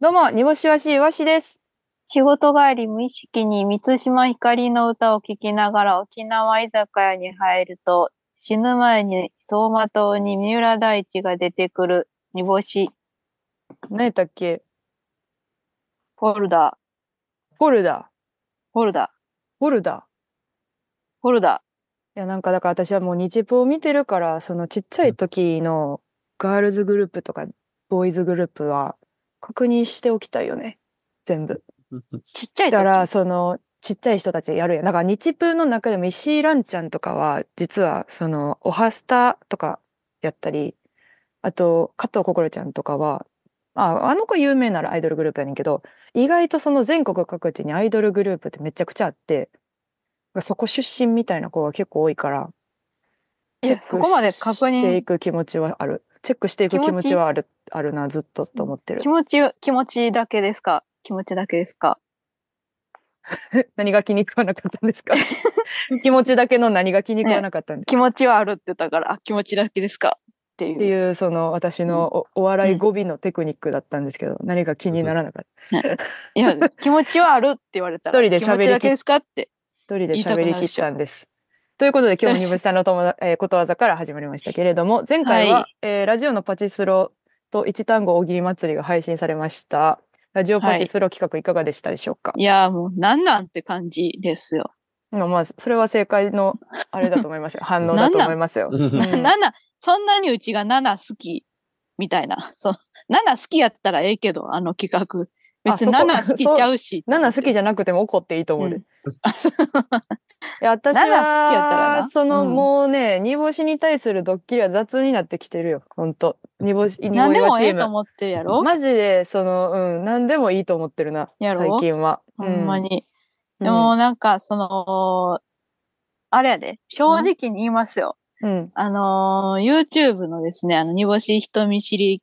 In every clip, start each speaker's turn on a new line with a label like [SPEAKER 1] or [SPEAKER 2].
[SPEAKER 1] どうも、煮干しわしいわしです。
[SPEAKER 2] 仕事帰り無意識に満島ひかりの歌を聴きながら沖縄居酒屋に入ると、死ぬ前に走馬灯に三浦大知が出てくる煮干し
[SPEAKER 1] 何やったっけ
[SPEAKER 2] フォルダ
[SPEAKER 1] フォルダ。
[SPEAKER 2] ー、フォルダ
[SPEAKER 1] フォルダ。
[SPEAKER 2] ー、フォルダ
[SPEAKER 1] いや、なんかだから私はもう日プを見てるから、そのちっちゃい時のガールズグループとかボーイズグループは確認しておきたいよね。全部。
[SPEAKER 2] ー。ちっちゃい
[SPEAKER 1] だか
[SPEAKER 2] 時
[SPEAKER 1] ら、そのちっちゃい人たちやるやん。だから日プの中でも石井蘭ちゃんとかは、実はそのオハスタとかやったり、あと加藤心ちゃんとかは、ああの子有名ならアイドルグループやねんけど、意外とその全国各地にアイドルグループってめちゃくちゃあって、そこ出身みたいな子が結構多いから、
[SPEAKER 2] いやそこまで確認
[SPEAKER 1] していく気持ちはある。チェックしていく気持ちはある、あるな、ずっとと思ってる
[SPEAKER 2] 気。持ち、気持ちだけですか気持ちだけですか
[SPEAKER 1] 何が気に食わなかったんですか 気持ちだけの何が気に食わなかったんですか、
[SPEAKER 2] 気持ちはあるって言ったから、あ、気持ちだけですかっていう。
[SPEAKER 1] っていうその私のおお笑い語尾のテクニックだったんですけど、何が気にならなかっ
[SPEAKER 2] いや、気持ちはあるって言われたら、
[SPEAKER 1] 一人で喋りき
[SPEAKER 2] 気持ちだけですかって。
[SPEAKER 1] た一人で
[SPEAKER 2] 言いたくな
[SPEAKER 1] 喋
[SPEAKER 2] る
[SPEAKER 1] りきったんです。ということで今日も煮干しさんの友だ、えーことわざから始まりましたけれども前回は、
[SPEAKER 2] はい
[SPEAKER 1] えーラジオのパチスロと一単語大喜利祭りが配信されました。ラジオパチスロ企画いかがでしたでしょうか、
[SPEAKER 2] いや、もうなんなんって感じですよ。
[SPEAKER 1] まあまあそれは正解のあれだと思い ますよ反応だと思いますよ。うん
[SPEAKER 2] 七そんなにうちが7好きみたいな。そう7好きやったらええけど、あの企画。
[SPEAKER 1] あそ
[SPEAKER 2] 別
[SPEAKER 1] こ
[SPEAKER 2] に7好きちゃうし。
[SPEAKER 1] 7好きじゃなくても怒っていいと思うで。いや私は
[SPEAKER 2] ナナ好きやったらな
[SPEAKER 1] その、
[SPEAKER 2] うん
[SPEAKER 1] もうね煮干しに対するドッキリは雑になってきてるよほんと煮干し煮干
[SPEAKER 2] 何
[SPEAKER 1] し
[SPEAKER 2] で
[SPEAKER 1] は
[SPEAKER 2] も
[SPEAKER 1] チ
[SPEAKER 2] え
[SPEAKER 1] ー
[SPEAKER 2] えと
[SPEAKER 1] ム
[SPEAKER 2] 思ってるやろ、
[SPEAKER 1] マジでそのうん何でもいいと思ってるな
[SPEAKER 2] や
[SPEAKER 1] 最
[SPEAKER 2] ろ
[SPEAKER 1] 近は
[SPEAKER 2] ほんま、に。
[SPEAKER 1] うん
[SPEAKER 2] でもなんか、その、あれやで、正直に言いますよ。
[SPEAKER 1] うん
[SPEAKER 2] あのー、YouTube のですね、あの、煮干し人見知り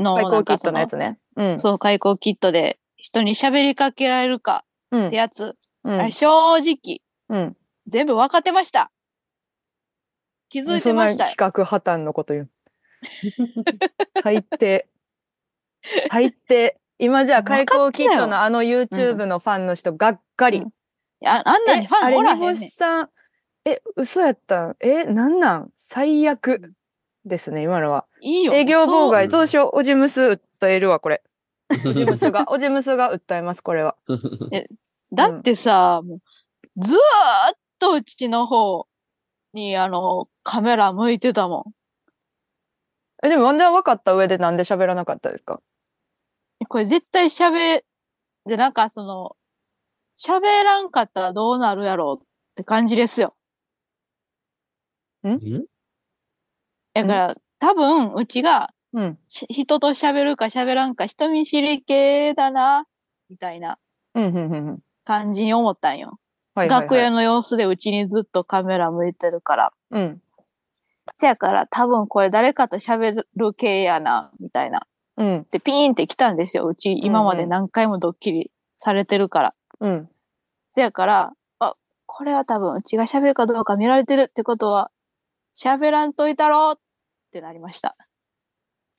[SPEAKER 2] の、
[SPEAKER 1] 最
[SPEAKER 2] な
[SPEAKER 1] 高
[SPEAKER 2] ん
[SPEAKER 1] キ
[SPEAKER 2] か
[SPEAKER 1] ット
[SPEAKER 2] そ
[SPEAKER 1] のやつねうん
[SPEAKER 2] そう、開口キットで、人に喋りかけられるか
[SPEAKER 1] う
[SPEAKER 2] っ
[SPEAKER 1] ん
[SPEAKER 2] てやつ。
[SPEAKER 1] う
[SPEAKER 2] あ
[SPEAKER 1] ん
[SPEAKER 2] れ正直、
[SPEAKER 1] うん
[SPEAKER 2] 全部分かってました。気づいて
[SPEAKER 1] そん
[SPEAKER 2] ま
[SPEAKER 1] な
[SPEAKER 2] したよ
[SPEAKER 1] 企。画破綻の こと言う最低最低今じゃあ開口キットのあの YouTube のファンの人がっかり、
[SPEAKER 2] うんいやあんなに
[SPEAKER 1] え
[SPEAKER 2] ファ
[SPEAKER 1] あ
[SPEAKER 2] ン
[SPEAKER 1] れ
[SPEAKER 2] おらへ
[SPEAKER 1] 煮
[SPEAKER 2] ん
[SPEAKER 1] 干
[SPEAKER 2] ねん
[SPEAKER 1] しさんえ嘘やったんえなんなん最悪ですね今のはい
[SPEAKER 2] いよ。
[SPEAKER 1] 営業妨
[SPEAKER 2] そう
[SPEAKER 1] 害どうしようおじむす訴えるわこれおじむす がおじむすが訴えますこれは
[SPEAKER 2] だってさ、もうずーっとうちの方にあのカメラ向いてたも
[SPEAKER 1] えでもなんで分かった上でなんで喋らなかったですか
[SPEAKER 2] ん。これ絶対喋でなんかその喋らんかったらどうなるやろうって感じですよ。だから多分うちが
[SPEAKER 1] うん
[SPEAKER 2] し人と喋るか喋らんか人見知り系だなみたいな
[SPEAKER 1] うんうんうんうん
[SPEAKER 2] 感じに思ったんよ。
[SPEAKER 1] はいはいはい
[SPEAKER 2] 楽屋の様子でうちにずっとカメラ向いてるから。
[SPEAKER 1] うん
[SPEAKER 2] せやから多分これ誰かと喋る系やな、みたいな。
[SPEAKER 1] うん
[SPEAKER 2] で、ピーンって来たんですよ。うち今まで何回もドッキリされてるから。
[SPEAKER 1] うん
[SPEAKER 2] せやから、あ、これは多分うちが喋るかどうか見られてるってことは、喋らんといたろってなりました。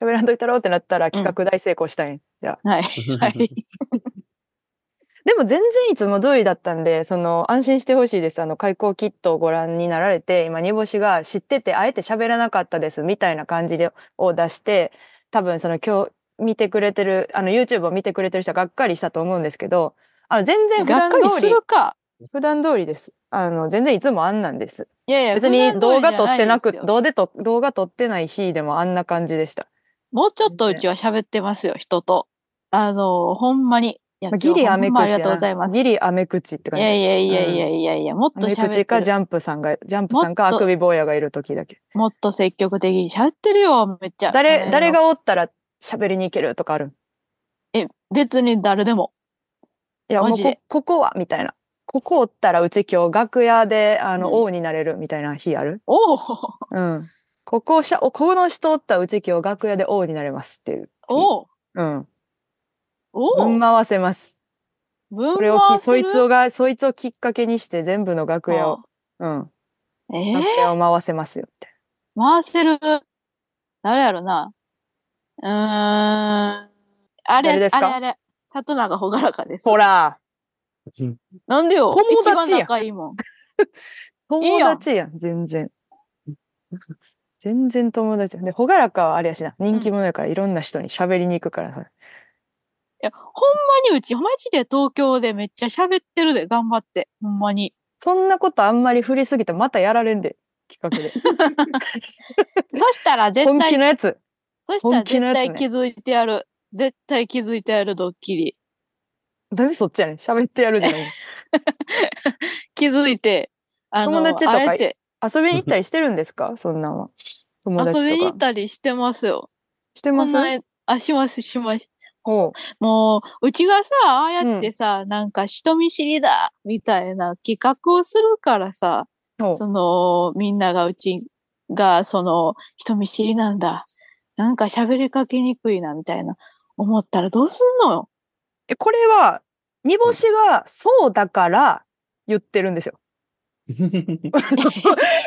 [SPEAKER 1] 喋らんといたろうってなったら企画大成功したい、ん、じゃあ
[SPEAKER 2] はい。はい。
[SPEAKER 1] でも全然いつも通りだったんで、その安心してほしいです。あの開口キットをご覧になられて、今煮干しが知っててあえて喋らなかったですみたいな感じでを出して、多分その今日見てくれてるあの YouTube を見てくれてる人はがっかりしたと思うんですけど、あの全然普
[SPEAKER 2] がっ
[SPEAKER 1] 段
[SPEAKER 2] かり
[SPEAKER 1] 通
[SPEAKER 2] す
[SPEAKER 1] り
[SPEAKER 2] るか。
[SPEAKER 1] 普段通りです。あの全然いつもあんなんです。
[SPEAKER 2] いやいや、
[SPEAKER 1] 別
[SPEAKER 2] 普
[SPEAKER 1] に動
[SPEAKER 2] 段
[SPEAKER 1] 画
[SPEAKER 2] 通りじ
[SPEAKER 1] 撮
[SPEAKER 2] ゃ
[SPEAKER 1] ってなく
[SPEAKER 2] いですよ
[SPEAKER 1] 動でと動画撮ってない日でもあんな感じでした。
[SPEAKER 2] もうちょっとうちは喋ってますよ、人と。あの、ほんまに。いや
[SPEAKER 1] まあ、ギリ
[SPEAKER 2] 今日
[SPEAKER 1] アメ口
[SPEAKER 2] ほんま
[SPEAKER 1] やな
[SPEAKER 2] ありがとうございます。
[SPEAKER 1] ギリアメ口って感
[SPEAKER 2] い
[SPEAKER 1] じ。
[SPEAKER 2] やいやいやいやいやいや、もっと
[SPEAKER 1] アメ
[SPEAKER 2] 喋
[SPEAKER 1] 口
[SPEAKER 2] って
[SPEAKER 1] かジ
[SPEAKER 2] る。
[SPEAKER 1] ャンプさんがジャンプさんか
[SPEAKER 2] も
[SPEAKER 1] あ
[SPEAKER 2] っと
[SPEAKER 1] くび坊やがいる時だけ。
[SPEAKER 2] もっと積極的に喋ってるよ、めっちゃ。あ
[SPEAKER 1] 誰
[SPEAKER 2] の
[SPEAKER 1] 誰がおったら喋りに行けるとかある
[SPEAKER 2] え、別に誰でも。
[SPEAKER 1] いやもう
[SPEAKER 2] マジ
[SPEAKER 1] こ
[SPEAKER 2] で
[SPEAKER 1] ここはみたいなここおったらうち今日楽屋であの、
[SPEAKER 2] うん
[SPEAKER 1] 王になれるみたいな日ある
[SPEAKER 2] おお
[SPEAKER 1] うんここしゃおこの人おったらうち今日楽屋で王になれますっていう
[SPEAKER 2] おお
[SPEAKER 1] うん
[SPEAKER 2] お
[SPEAKER 1] ぶん
[SPEAKER 2] お
[SPEAKER 1] 回せますそれをきそいつをがそいつをきっかけにして全部の楽屋を、うん、
[SPEAKER 2] えー
[SPEAKER 1] 楽屋を回せますよって、
[SPEAKER 2] 回せる。誰やろな。うーん。あれ、あ
[SPEAKER 1] 誰
[SPEAKER 2] れ
[SPEAKER 1] ですか
[SPEAKER 2] あれ、里永ほがらかです。
[SPEAKER 1] ほ。ら、
[SPEAKER 2] なんでよ、
[SPEAKER 1] 友達やん
[SPEAKER 2] 一番仲いいもん。いい
[SPEAKER 1] 友
[SPEAKER 2] やん
[SPEAKER 1] 達やん、全然。全然友達やん。で、ほがらかはあれやしな、人気者やから、いろんな人に喋りに行くから。
[SPEAKER 2] いや、ほんまにうち、マジで東京でめっちゃ喋ってるで、頑張って。ほんまに。
[SPEAKER 1] そんなことあんまり振りすぎて、またやられんで、 企画で。
[SPEAKER 2] そしたら絶
[SPEAKER 1] 本気
[SPEAKER 2] 対、
[SPEAKER 1] のやつ。
[SPEAKER 2] そしたら
[SPEAKER 1] 本気のや
[SPEAKER 2] 絶
[SPEAKER 1] つね
[SPEAKER 2] 対気づいてやる。絶対気づいてやる、ドッキリ。
[SPEAKER 1] なんでそっちやねん。喋ってやるじゃない。
[SPEAKER 2] 気づいて、あの、
[SPEAKER 1] 友達とか
[SPEAKER 2] あえて
[SPEAKER 1] 遊びに行ったりしてるんですかそんなんは。友達と
[SPEAKER 2] 遊
[SPEAKER 1] か。
[SPEAKER 2] びに行ったりしてますよ。
[SPEAKER 1] して
[SPEAKER 2] こ
[SPEAKER 1] ま
[SPEAKER 2] ん
[SPEAKER 1] す
[SPEAKER 2] な、あ、します、します。
[SPEAKER 1] ほう。
[SPEAKER 2] もう、うちがさ、ああやってさ、なんか人見知りだ、みたいな企画をするからさ、
[SPEAKER 1] ほう
[SPEAKER 2] その、みんながうちが、その、人見知りなんだ。なんか喋りかけにくいな、みたいな。思ったらどうすんのよ。
[SPEAKER 1] え、これは、煮干しがそうだから言ってるんですよ。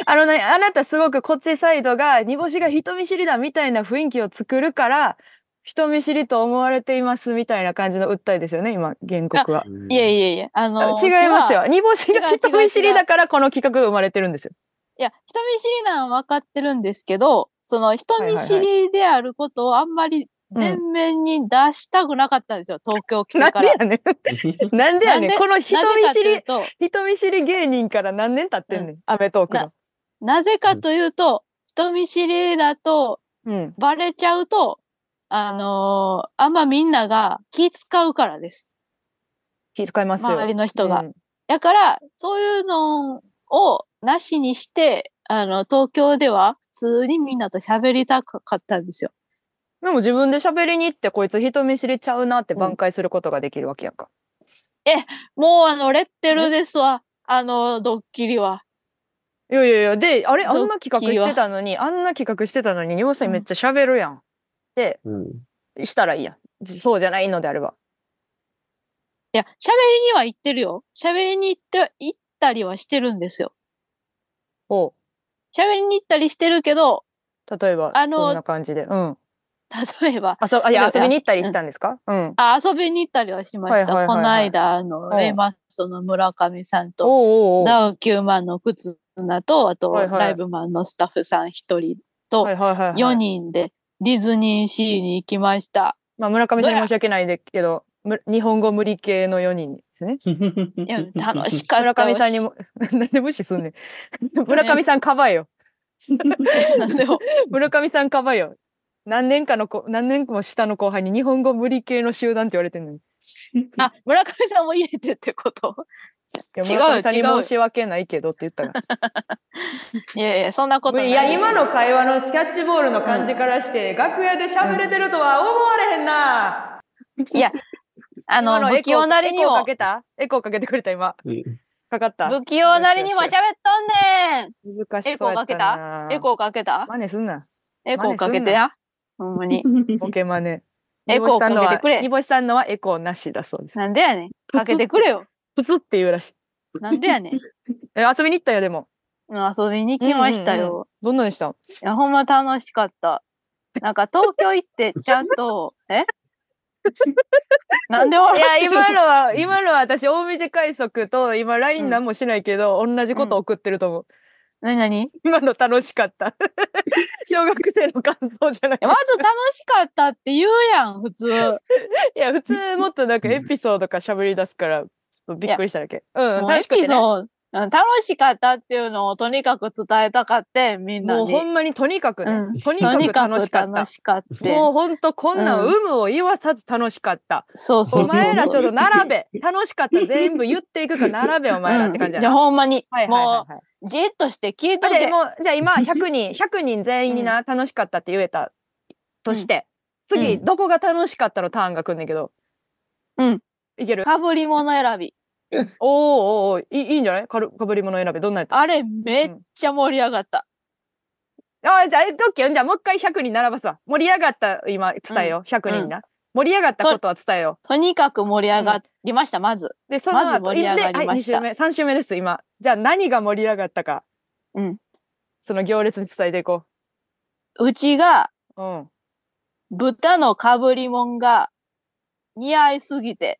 [SPEAKER 1] あのね、あなたすごくこっちサイドが、煮干しが人見知りだみたいな雰囲気を作るから、人見知りと思われていますみたいな感じの訴えですよね、今、原告は。
[SPEAKER 2] いやいやいや、あ
[SPEAKER 1] あ
[SPEAKER 2] の、
[SPEAKER 1] 違います
[SPEAKER 2] うち
[SPEAKER 1] よ。
[SPEAKER 2] は。
[SPEAKER 1] 煮干しが
[SPEAKER 2] 違う
[SPEAKER 1] 人見知りだから、この企画が生まれてるんですよ。
[SPEAKER 2] いや、人見知りなんは分かってるんですけど、その人
[SPEAKER 1] はい
[SPEAKER 2] 見
[SPEAKER 1] はい
[SPEAKER 2] 知りであることをあんまり
[SPEAKER 1] うん
[SPEAKER 2] 全面に出したくなかったんですよ、東京来
[SPEAKER 1] な
[SPEAKER 2] て
[SPEAKER 1] ん
[SPEAKER 2] か
[SPEAKER 1] で
[SPEAKER 2] ら
[SPEAKER 1] や。ねん。なんでやね
[SPEAKER 2] なん
[SPEAKER 1] ん。
[SPEAKER 2] で
[SPEAKER 1] この人
[SPEAKER 2] なぜ
[SPEAKER 1] 見
[SPEAKER 2] かと
[SPEAKER 1] 知
[SPEAKER 2] いう
[SPEAKER 1] り、
[SPEAKER 2] と、
[SPEAKER 1] 人見知り芸人から何年経ってんねん、アメトークの。
[SPEAKER 2] なぜかというと、人見知りだと、
[SPEAKER 1] うん。
[SPEAKER 2] バレちゃうと、あのーあんまみんなが気使うからです。
[SPEAKER 1] 気遣いますよ。
[SPEAKER 2] 周りの人が
[SPEAKER 1] うん
[SPEAKER 2] だから、そういうのをなしにして、あの、東京では普通にみんなと喋りたかったんですよ。
[SPEAKER 1] でも自分で喋りに行ってこいつ人見知りちゃうなって挽回することができるわけやんか。
[SPEAKER 2] もうあの、レッテルですわ。あの、ドッキリは。
[SPEAKER 1] いやいやいやであれあ
[SPEAKER 2] ドッキリは
[SPEAKER 1] んな企画してたのにあんな企画してたのに尿性めっちゃ喋るやん。でしたらいいやん。じそうじゃないのであれば。
[SPEAKER 2] いや、喋りには行ってるよ。喋りに行って、行ったりはしてるんですよ。
[SPEAKER 1] お
[SPEAKER 2] 喋りに行ったりしてるけど、
[SPEAKER 1] 例えば
[SPEAKER 2] あの
[SPEAKER 1] こんな感じで。うん。
[SPEAKER 2] 例えば、
[SPEAKER 1] あそあいや
[SPEAKER 2] で
[SPEAKER 1] 遊びに行ったりしたんですか。うん。
[SPEAKER 2] あ遊びに行ったりはしま
[SPEAKER 1] はい
[SPEAKER 2] した。
[SPEAKER 1] はいはいはい
[SPEAKER 2] この間、あの、
[SPEAKER 1] うん
[SPEAKER 2] レイマッソの村上さんと、
[SPEAKER 1] おうおうおう
[SPEAKER 2] ダウ9万の靴なと、あと、
[SPEAKER 1] はいはい
[SPEAKER 2] ライブマンのスタッフさん1人、
[SPEAKER 1] はいはいはい、はい。
[SPEAKER 2] 4人でディズニーシーに行きました。
[SPEAKER 1] まあ村上さんに申し訳ないですけど。む日本語無理系の4人ですね。
[SPEAKER 2] いや、楽し
[SPEAKER 3] く。
[SPEAKER 2] かっ
[SPEAKER 1] 村
[SPEAKER 2] たわ。
[SPEAKER 1] 上さんにも、 なんで無視 すんねん。村上さんかばえよ。
[SPEAKER 2] なん でも
[SPEAKER 1] 村上さんかばよ。何年かの子、何年も下の後輩に日本語無理系の集団って言われてるのに。い
[SPEAKER 2] あ、村上さんも入れてってこと
[SPEAKER 1] や
[SPEAKER 2] 違う
[SPEAKER 1] 村上さんに
[SPEAKER 2] 違う
[SPEAKER 1] 申し訳ないけどって言っ たか
[SPEAKER 2] いやいや、そんなこと
[SPEAKER 1] ら。
[SPEAKER 2] ない。
[SPEAKER 1] いや、今の会話のキャッチボールの感じからして、楽屋で喋れてるとは思われへんな。
[SPEAKER 2] あ
[SPEAKER 1] 今エ
[SPEAKER 2] の、不
[SPEAKER 1] コー
[SPEAKER 2] 器用なりに
[SPEAKER 1] エコー
[SPEAKER 2] も
[SPEAKER 1] か、けたエコーかけてくれた今。かかった。
[SPEAKER 2] 不器用なりにも喋っとんね
[SPEAKER 1] 難しそうやったな。
[SPEAKER 2] んエコーかけた
[SPEAKER 1] 真似すんな。
[SPEAKER 2] エコーかけてや。ほんま に。
[SPEAKER 1] ボケ真似。
[SPEAKER 2] エコーかけてくれ
[SPEAKER 1] 煮干しさんのは煮干しさんのはエコーなしだそうです。
[SPEAKER 2] なんでやねん。かけてくれよ。
[SPEAKER 1] プツって言うらしい。
[SPEAKER 2] なんでやねん。
[SPEAKER 1] え、遊びに行ったよ、でも。
[SPEAKER 2] うん遊びに来ました
[SPEAKER 1] うん
[SPEAKER 2] よ。
[SPEAKER 1] どんなに したん
[SPEAKER 2] いや、ほんま楽しかった。なんか東京行ってちゃんと、えなんで
[SPEAKER 1] い
[SPEAKER 2] 笑
[SPEAKER 1] や
[SPEAKER 2] ってる
[SPEAKER 1] 今のは今のは私大道快速と今 LINE 何もしないけど、同じこと送ってると思う、
[SPEAKER 2] なになにい
[SPEAKER 1] 今の楽しかった 小学生の感想じゃない
[SPEAKER 2] やまず楽しかったって言うやん、普通。
[SPEAKER 1] いや普通もっとなんかエピソードか喋り出すからちょっとびっくりしただけうん
[SPEAKER 2] もう
[SPEAKER 1] 楽
[SPEAKER 2] エ
[SPEAKER 1] しく
[SPEAKER 2] ピ
[SPEAKER 1] てね
[SPEAKER 2] ソード。うん楽しかったっていうのをとにかく伝えたかって、みんなに。
[SPEAKER 1] もうほんまにとにかくね、
[SPEAKER 2] うん
[SPEAKER 1] とに
[SPEAKER 2] と
[SPEAKER 1] か
[SPEAKER 2] に
[SPEAKER 1] く
[SPEAKER 2] かく
[SPEAKER 1] 楽しかった
[SPEAKER 2] 楽しかって。
[SPEAKER 1] もうほんとこんなん
[SPEAKER 2] うん
[SPEAKER 1] 有無を言わさず楽しかった、
[SPEAKER 2] そうそうそう。
[SPEAKER 1] お前らちょっ
[SPEAKER 2] と
[SPEAKER 1] と並べ楽しかった全部言っていくから並べお前らって感じ
[SPEAKER 2] じ
[SPEAKER 1] や
[SPEAKER 2] ゃ
[SPEAKER 1] な、
[SPEAKER 2] あほんまに、
[SPEAKER 1] はいはいはい、はい、
[SPEAKER 2] もう、じっとして聞いと
[SPEAKER 1] あ
[SPEAKER 2] け
[SPEAKER 1] じゃあもうじゃあ 今100人100人全員にな、楽しかったって言えたとして、
[SPEAKER 2] うん
[SPEAKER 1] 次、
[SPEAKER 2] うん
[SPEAKER 1] どこが楽しかったのターンが来んねんけど
[SPEAKER 2] うん
[SPEAKER 1] いける
[SPEAKER 2] かぶり物選び。
[SPEAKER 1] おーおーおーいいいいんじゃないかるかぶり物選びどんなんやった
[SPEAKER 2] あれ、めっちゃ盛り上がった。
[SPEAKER 1] あーじゃあえオッケーじゃあもう一回100人並ばすわ盛り上がった今伝えよう100人な、盛り上がったことは伝えよ
[SPEAKER 2] とにかく盛り上がりました、まず。
[SPEAKER 1] うでその後
[SPEAKER 2] まず盛り上がりました
[SPEAKER 1] ではい、2週目3週目です今じゃあ何が盛り上がったか、
[SPEAKER 2] うん
[SPEAKER 1] その行列に伝えていこ
[SPEAKER 2] うちが、
[SPEAKER 1] ううん
[SPEAKER 2] 豚のかぶりもんが似合いすぎて。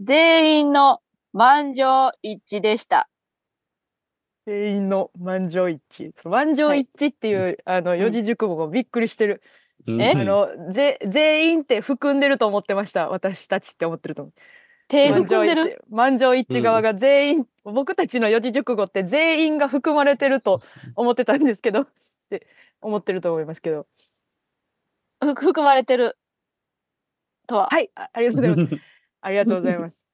[SPEAKER 2] 全員の満場一致でした。
[SPEAKER 1] 全員の満場一致。そう満場一致っていう、あの、四字熟語もびっくりしてる。
[SPEAKER 2] え
[SPEAKER 1] あの、ぜ、全員って含んでると思ってました。私たちって思ってると思う。
[SPEAKER 2] 手
[SPEAKER 1] 満
[SPEAKER 2] 含
[SPEAKER 1] 場
[SPEAKER 2] ん
[SPEAKER 1] 一
[SPEAKER 2] でる
[SPEAKER 1] 致。満場一致側が全員、僕たちの四字熟語って全員が含まれてる と思ってたんですけど、って思ってると思いますけど。
[SPEAKER 2] ふ含まれてる。とは。
[SPEAKER 1] はい、あありがとうございます。ありがとうございます。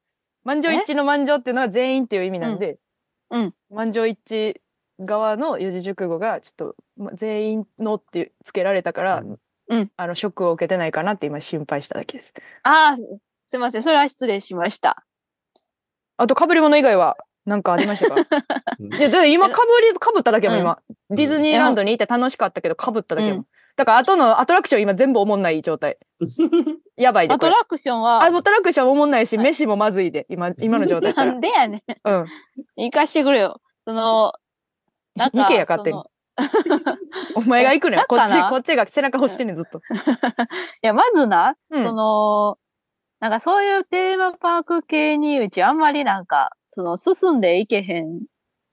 [SPEAKER 1] 満場一致の満場っていうのは全員っていう意味なんで、
[SPEAKER 2] うんうん
[SPEAKER 1] 満場一致側の四字熟語がちょっとま全員のってつけられたから、
[SPEAKER 2] うん
[SPEAKER 1] あのショックを受けてないかなって今心配しただけです。
[SPEAKER 2] ああ、すいません。それは失礼しました。
[SPEAKER 1] あと被り物以外は何かありま したか？いやだって今被り被っただけやもん今、ディズニーランドに行って楽しかったけど被っただけやもん。
[SPEAKER 2] うん
[SPEAKER 1] だから後のアトラクション今全部おもんない状態。やばいで
[SPEAKER 2] ア
[SPEAKER 1] こ
[SPEAKER 2] ト
[SPEAKER 1] れ。
[SPEAKER 2] ラクション
[SPEAKER 1] あ
[SPEAKER 2] は、
[SPEAKER 1] アトラクションおもんないし、
[SPEAKER 2] はい
[SPEAKER 1] 飯もまずいで今今 の状態や か
[SPEAKER 2] なんでやねん。
[SPEAKER 1] ら。うん。
[SPEAKER 2] 行かしてくれよ。その、なんか、
[SPEAKER 1] 行けや勝手に
[SPEAKER 2] その
[SPEAKER 1] お前が行くねん
[SPEAKER 2] だ
[SPEAKER 1] こ
[SPEAKER 2] か
[SPEAKER 1] っち、
[SPEAKER 2] ら
[SPEAKER 1] こっちが背中押してんねん、ずっと。
[SPEAKER 2] いや、まずな、
[SPEAKER 1] うん
[SPEAKER 2] その、なんかそういうテーマパーク系にうちあんまりなんか、その進んでいけへん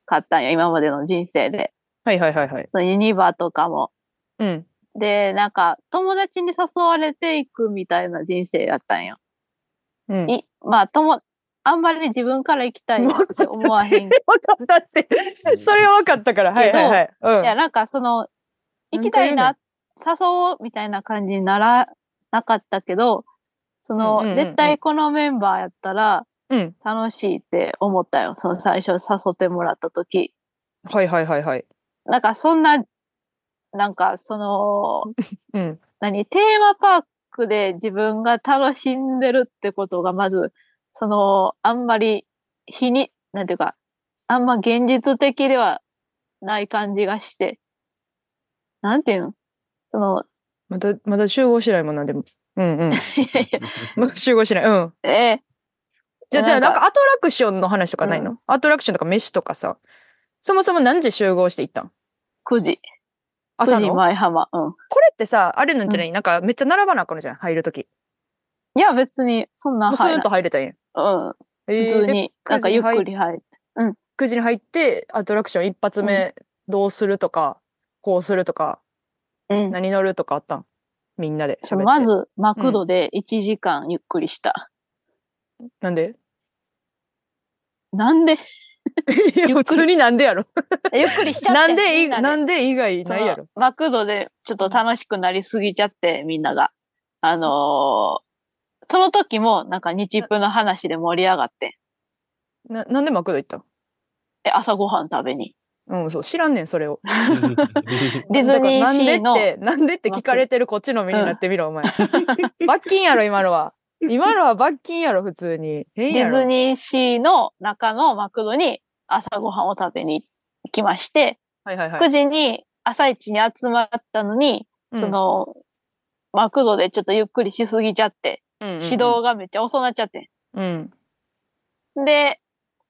[SPEAKER 2] かったんよ、今までの人生で。
[SPEAKER 1] はいはいはいはい。
[SPEAKER 2] そのユニバとかも。
[SPEAKER 1] うん。
[SPEAKER 2] で、なんか友達に誘われていくみたいな人生だったんよ。
[SPEAKER 1] うん。
[SPEAKER 2] いまあ、とも、あんまり自分から行きたいって思わへんけ
[SPEAKER 1] 分かったって、それは分かったから。はいはいはい。
[SPEAKER 2] ど、いや、
[SPEAKER 1] う
[SPEAKER 2] なんかその、行きたいな、誘おうみたいな感じにならなかったけど、そ
[SPEAKER 1] うん
[SPEAKER 2] の、
[SPEAKER 1] うんうんうん
[SPEAKER 2] 絶対このメンバーやったら
[SPEAKER 1] ん。うん。
[SPEAKER 2] 楽しいって思ったよ。その最初誘ってもらった時。
[SPEAKER 1] はいはいはいはい。
[SPEAKER 2] なんかそんな、なんかその、
[SPEAKER 1] うん。
[SPEAKER 2] 何、テーマパークで自分が楽しんでるってことがまず、その、あんまり日に、なんていうか、あんま現実的ではない感じがして、なんていうのその、
[SPEAKER 1] まだ、まだ集合しないもんなんでも。うんうん。
[SPEAKER 2] いやいや、
[SPEAKER 1] まだ集合しない。うん。
[SPEAKER 2] ええ
[SPEAKER 1] じゃあ、じゃあ、なんかアトラクションの話とかないうのアトラクションとか飯とかさ。そもそも何時集合していったん
[SPEAKER 2] 9時。
[SPEAKER 1] 朝
[SPEAKER 2] 9時
[SPEAKER 1] の
[SPEAKER 2] 前浜。うん。
[SPEAKER 1] これってさ、あれなんじゃないなんかめっちゃ並ばなあかんのじゃん入るとき。
[SPEAKER 2] いや、別に、そんな
[SPEAKER 1] もうスー
[SPEAKER 2] 入
[SPEAKER 1] ンと
[SPEAKER 2] ら
[SPEAKER 1] 入れたんや。
[SPEAKER 2] うん。
[SPEAKER 1] え
[SPEAKER 2] 普
[SPEAKER 1] ー
[SPEAKER 2] 通
[SPEAKER 1] で
[SPEAKER 2] に、なんかゆっくり入って。
[SPEAKER 1] 9時に入ってアトラクション一発目どうするとか、こうするとか
[SPEAKER 2] うん。
[SPEAKER 1] 何乗るとかあったんみんなで喋って
[SPEAKER 2] まず、マクドで1時間ゆっくりした。
[SPEAKER 1] なんで
[SPEAKER 2] なんで
[SPEAKER 1] いや
[SPEAKER 2] ゆ
[SPEAKER 1] 普
[SPEAKER 2] っくり
[SPEAKER 1] 通になんでやろ
[SPEAKER 2] ゆっくりしちゃっ
[SPEAKER 1] な
[SPEAKER 2] て。
[SPEAKER 1] んでい
[SPEAKER 2] みな
[SPEAKER 1] なんで以外
[SPEAKER 2] そ
[SPEAKER 1] ないやろ
[SPEAKER 2] のマクドでちょっと楽しくなりすぎちゃって、みんなが。あのーその時も、なんか日プの話で盛り上がって、
[SPEAKER 1] ななんでマクド行ったん
[SPEAKER 2] え、朝ごはん食べに。
[SPEAKER 1] うん、そう知らんねんそれを
[SPEAKER 2] ディズニーシーの
[SPEAKER 1] だからなんでってなんでって聞かれてるこっちの身になってみろ、お前 罰金やろ今のは今のは罰金やろ普通に変
[SPEAKER 2] デ
[SPEAKER 1] や
[SPEAKER 2] ィ
[SPEAKER 1] ろ
[SPEAKER 2] ズニーシーの中のマクドに朝ごはんを食べに行きまして、
[SPEAKER 1] はいはいは
[SPEAKER 2] 9
[SPEAKER 1] い、
[SPEAKER 2] 時に朝一に集まったのに、その、マクドでちょっとゆっくりしすぎちゃって、
[SPEAKER 1] うんうんうん
[SPEAKER 2] 指導がめっちゃ遅なっちゃって。
[SPEAKER 1] うん
[SPEAKER 2] で、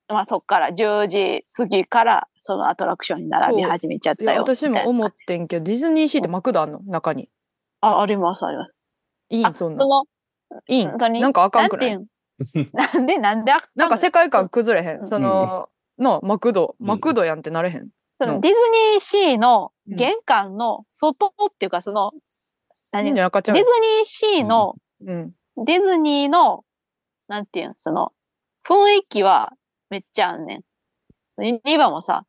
[SPEAKER 2] まあそっから10時過ぎからそのアトラクションに並び始めちゃっ
[SPEAKER 1] い
[SPEAKER 2] た
[SPEAKER 1] や
[SPEAKER 2] よ。
[SPEAKER 1] 私
[SPEAKER 2] みたい
[SPEAKER 1] も
[SPEAKER 2] な
[SPEAKER 1] 思ってんけどディズニーシーってマクドあんの中に
[SPEAKER 2] あ、あります、あります。
[SPEAKER 1] いい
[SPEAKER 2] あ、
[SPEAKER 1] ん
[SPEAKER 2] そ
[SPEAKER 1] そんなん
[SPEAKER 2] の、
[SPEAKER 1] いいん
[SPEAKER 2] 本当に
[SPEAKER 1] なんかあか
[SPEAKER 2] なんん
[SPEAKER 1] く
[SPEAKER 2] て
[SPEAKER 1] ない
[SPEAKER 2] いうんなんで、なんであか
[SPEAKER 1] なんか
[SPEAKER 2] そ
[SPEAKER 1] 世界観崩れへ
[SPEAKER 2] うん
[SPEAKER 1] ん。その、のマクド、マクドやんってなれへん。
[SPEAKER 2] のディズニーシーの
[SPEAKER 1] うん
[SPEAKER 2] 玄関の外っていうかその、
[SPEAKER 1] いい
[SPEAKER 2] 何
[SPEAKER 1] んじ
[SPEAKER 2] デ
[SPEAKER 1] ゃなかちゃ
[SPEAKER 2] ィ
[SPEAKER 1] う
[SPEAKER 2] ズニーシーの、
[SPEAKER 1] うん。
[SPEAKER 2] ディズニーの、なんていうん、その、雰囲気はめっちゃあんねん。ユニバもさ、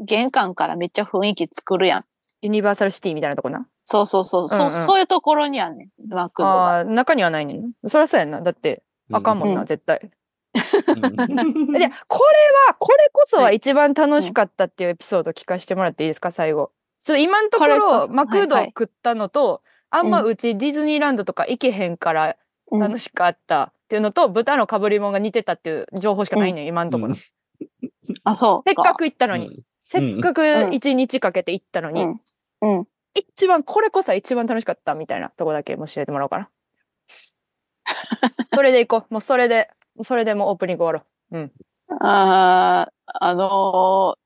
[SPEAKER 2] 玄関からめっちゃ雰囲気作るやん。
[SPEAKER 1] ユニバーサルシティみたいなとこな。
[SPEAKER 2] そうそうそう、
[SPEAKER 1] うんうん
[SPEAKER 2] そそういうところにあんねん、マクドが。
[SPEAKER 1] ああー、中にはないねん。そりゃそうやんな。だって、あかんもん
[SPEAKER 2] う
[SPEAKER 1] な、
[SPEAKER 2] ん
[SPEAKER 1] 絶対。
[SPEAKER 3] うん
[SPEAKER 1] で、これは、これこそは
[SPEAKER 2] はい
[SPEAKER 1] 一番楽しかったっていうエピソード聞かせてもらっていいですか、最後。ちょっと今のとこ
[SPEAKER 2] これこ
[SPEAKER 1] ろ、
[SPEAKER 2] そ
[SPEAKER 1] マクド
[SPEAKER 2] はいはい
[SPEAKER 1] 食ったのと、あんま
[SPEAKER 2] うん
[SPEAKER 1] うちディズニーランドとか行けへんから
[SPEAKER 2] うん
[SPEAKER 1] 楽しかったっていうのと、豚のかぶり物が似てたっていう情報しかないねん、今のところ。せ
[SPEAKER 2] あ、そう。
[SPEAKER 1] っかく行ったのに。せっかく
[SPEAKER 2] うん
[SPEAKER 1] 一日かけて行ったのに、
[SPEAKER 2] うん。うん。
[SPEAKER 1] 一番これこそは一番楽しかったみたいなとこだけ教えてもらおうか な。それで行こう。もうそれで、それでもうオープニング終わ
[SPEAKER 2] あーあのー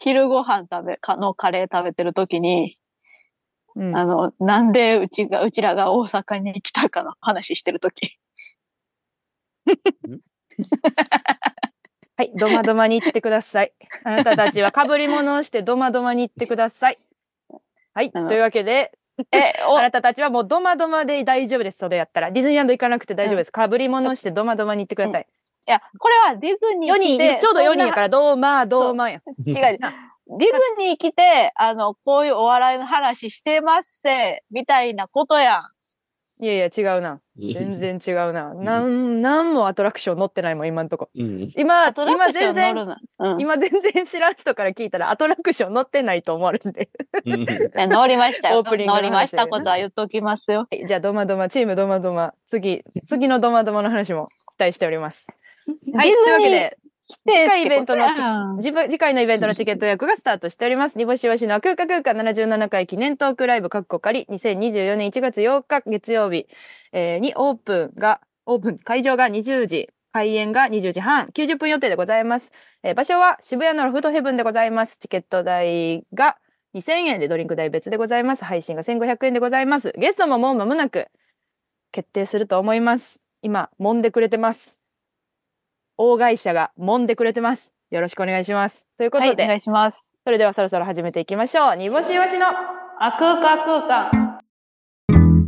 [SPEAKER 2] 昼ご飯食べ、かのカレー食べてるときに、
[SPEAKER 1] うん
[SPEAKER 2] あの、なんでうちが、うちらが大阪に来たかの話してるとき。
[SPEAKER 1] はい、ドマドマに行ってくだ さい。あなたたちは被り物をしてドマドマに行ってください。はい、
[SPEAKER 2] あの
[SPEAKER 1] というわけで、
[SPEAKER 2] え、お
[SPEAKER 1] あ、なたたちはもうドマドマで大丈夫です、それやったら。ディズニーランド行かなくて大丈夫です。被り物をしてドマドマに行ってください。
[SPEAKER 2] いや、これはディズニー
[SPEAKER 1] 4
[SPEAKER 2] 来
[SPEAKER 1] 人、
[SPEAKER 2] て。。
[SPEAKER 1] ちょうど4人やからら、ドーマー、ドーマーや。
[SPEAKER 2] 違う。ディズニー来て、あの、こういうお笑いの話してますせ、みたいなことやん。
[SPEAKER 1] いやいや、違うな。全然違うな。なん、なんもアトラクション乗ってないもん、今んとこ。
[SPEAKER 3] うん。
[SPEAKER 1] 今、
[SPEAKER 2] アトラ
[SPEAKER 1] 今
[SPEAKER 2] クシ
[SPEAKER 1] 全
[SPEAKER 2] ョン乗
[SPEAKER 1] 然、
[SPEAKER 2] るな。うん。
[SPEAKER 1] 今全然知らん人から聞いたらアトラクション乗ってないと思われるんで。
[SPEAKER 3] うん。
[SPEAKER 2] え乗りましたよ。
[SPEAKER 1] オープニングの
[SPEAKER 2] 乗
[SPEAKER 1] 話
[SPEAKER 2] りましたことは言っときますよ。
[SPEAKER 1] はいじゃあ、ドマドマ、チームドマドマ、次、次のドマドマの話も期待しております。はい、と
[SPEAKER 2] ディズニー
[SPEAKER 1] いうわけで、
[SPEAKER 2] 来てって
[SPEAKER 1] 次回イベントの
[SPEAKER 2] ことやん
[SPEAKER 1] 次回次回のイベントのチケット予約がスタートしております。煮干しわしの空間空間77回記念トークライブかっこ仮2024年1月8日月曜日、えーにオープンが、オープン、会場が20時、開演が20時半、90分予定でございます。えー場所は渋谷のロフトヘブンでございます。チケット代が2000円でドリンク代別でございます。配信が1500円でございます。ゲストももう間もなく決定すると思います。今、揉んでくれてます。大会社が揉んでくれてます。よろしくお願いします。というこ
[SPEAKER 2] はい、
[SPEAKER 1] と
[SPEAKER 2] お
[SPEAKER 1] で、
[SPEAKER 2] 願いします。
[SPEAKER 1] それではそろそろ始めていきましょう。煮干しわしの。
[SPEAKER 2] あ、空間空間。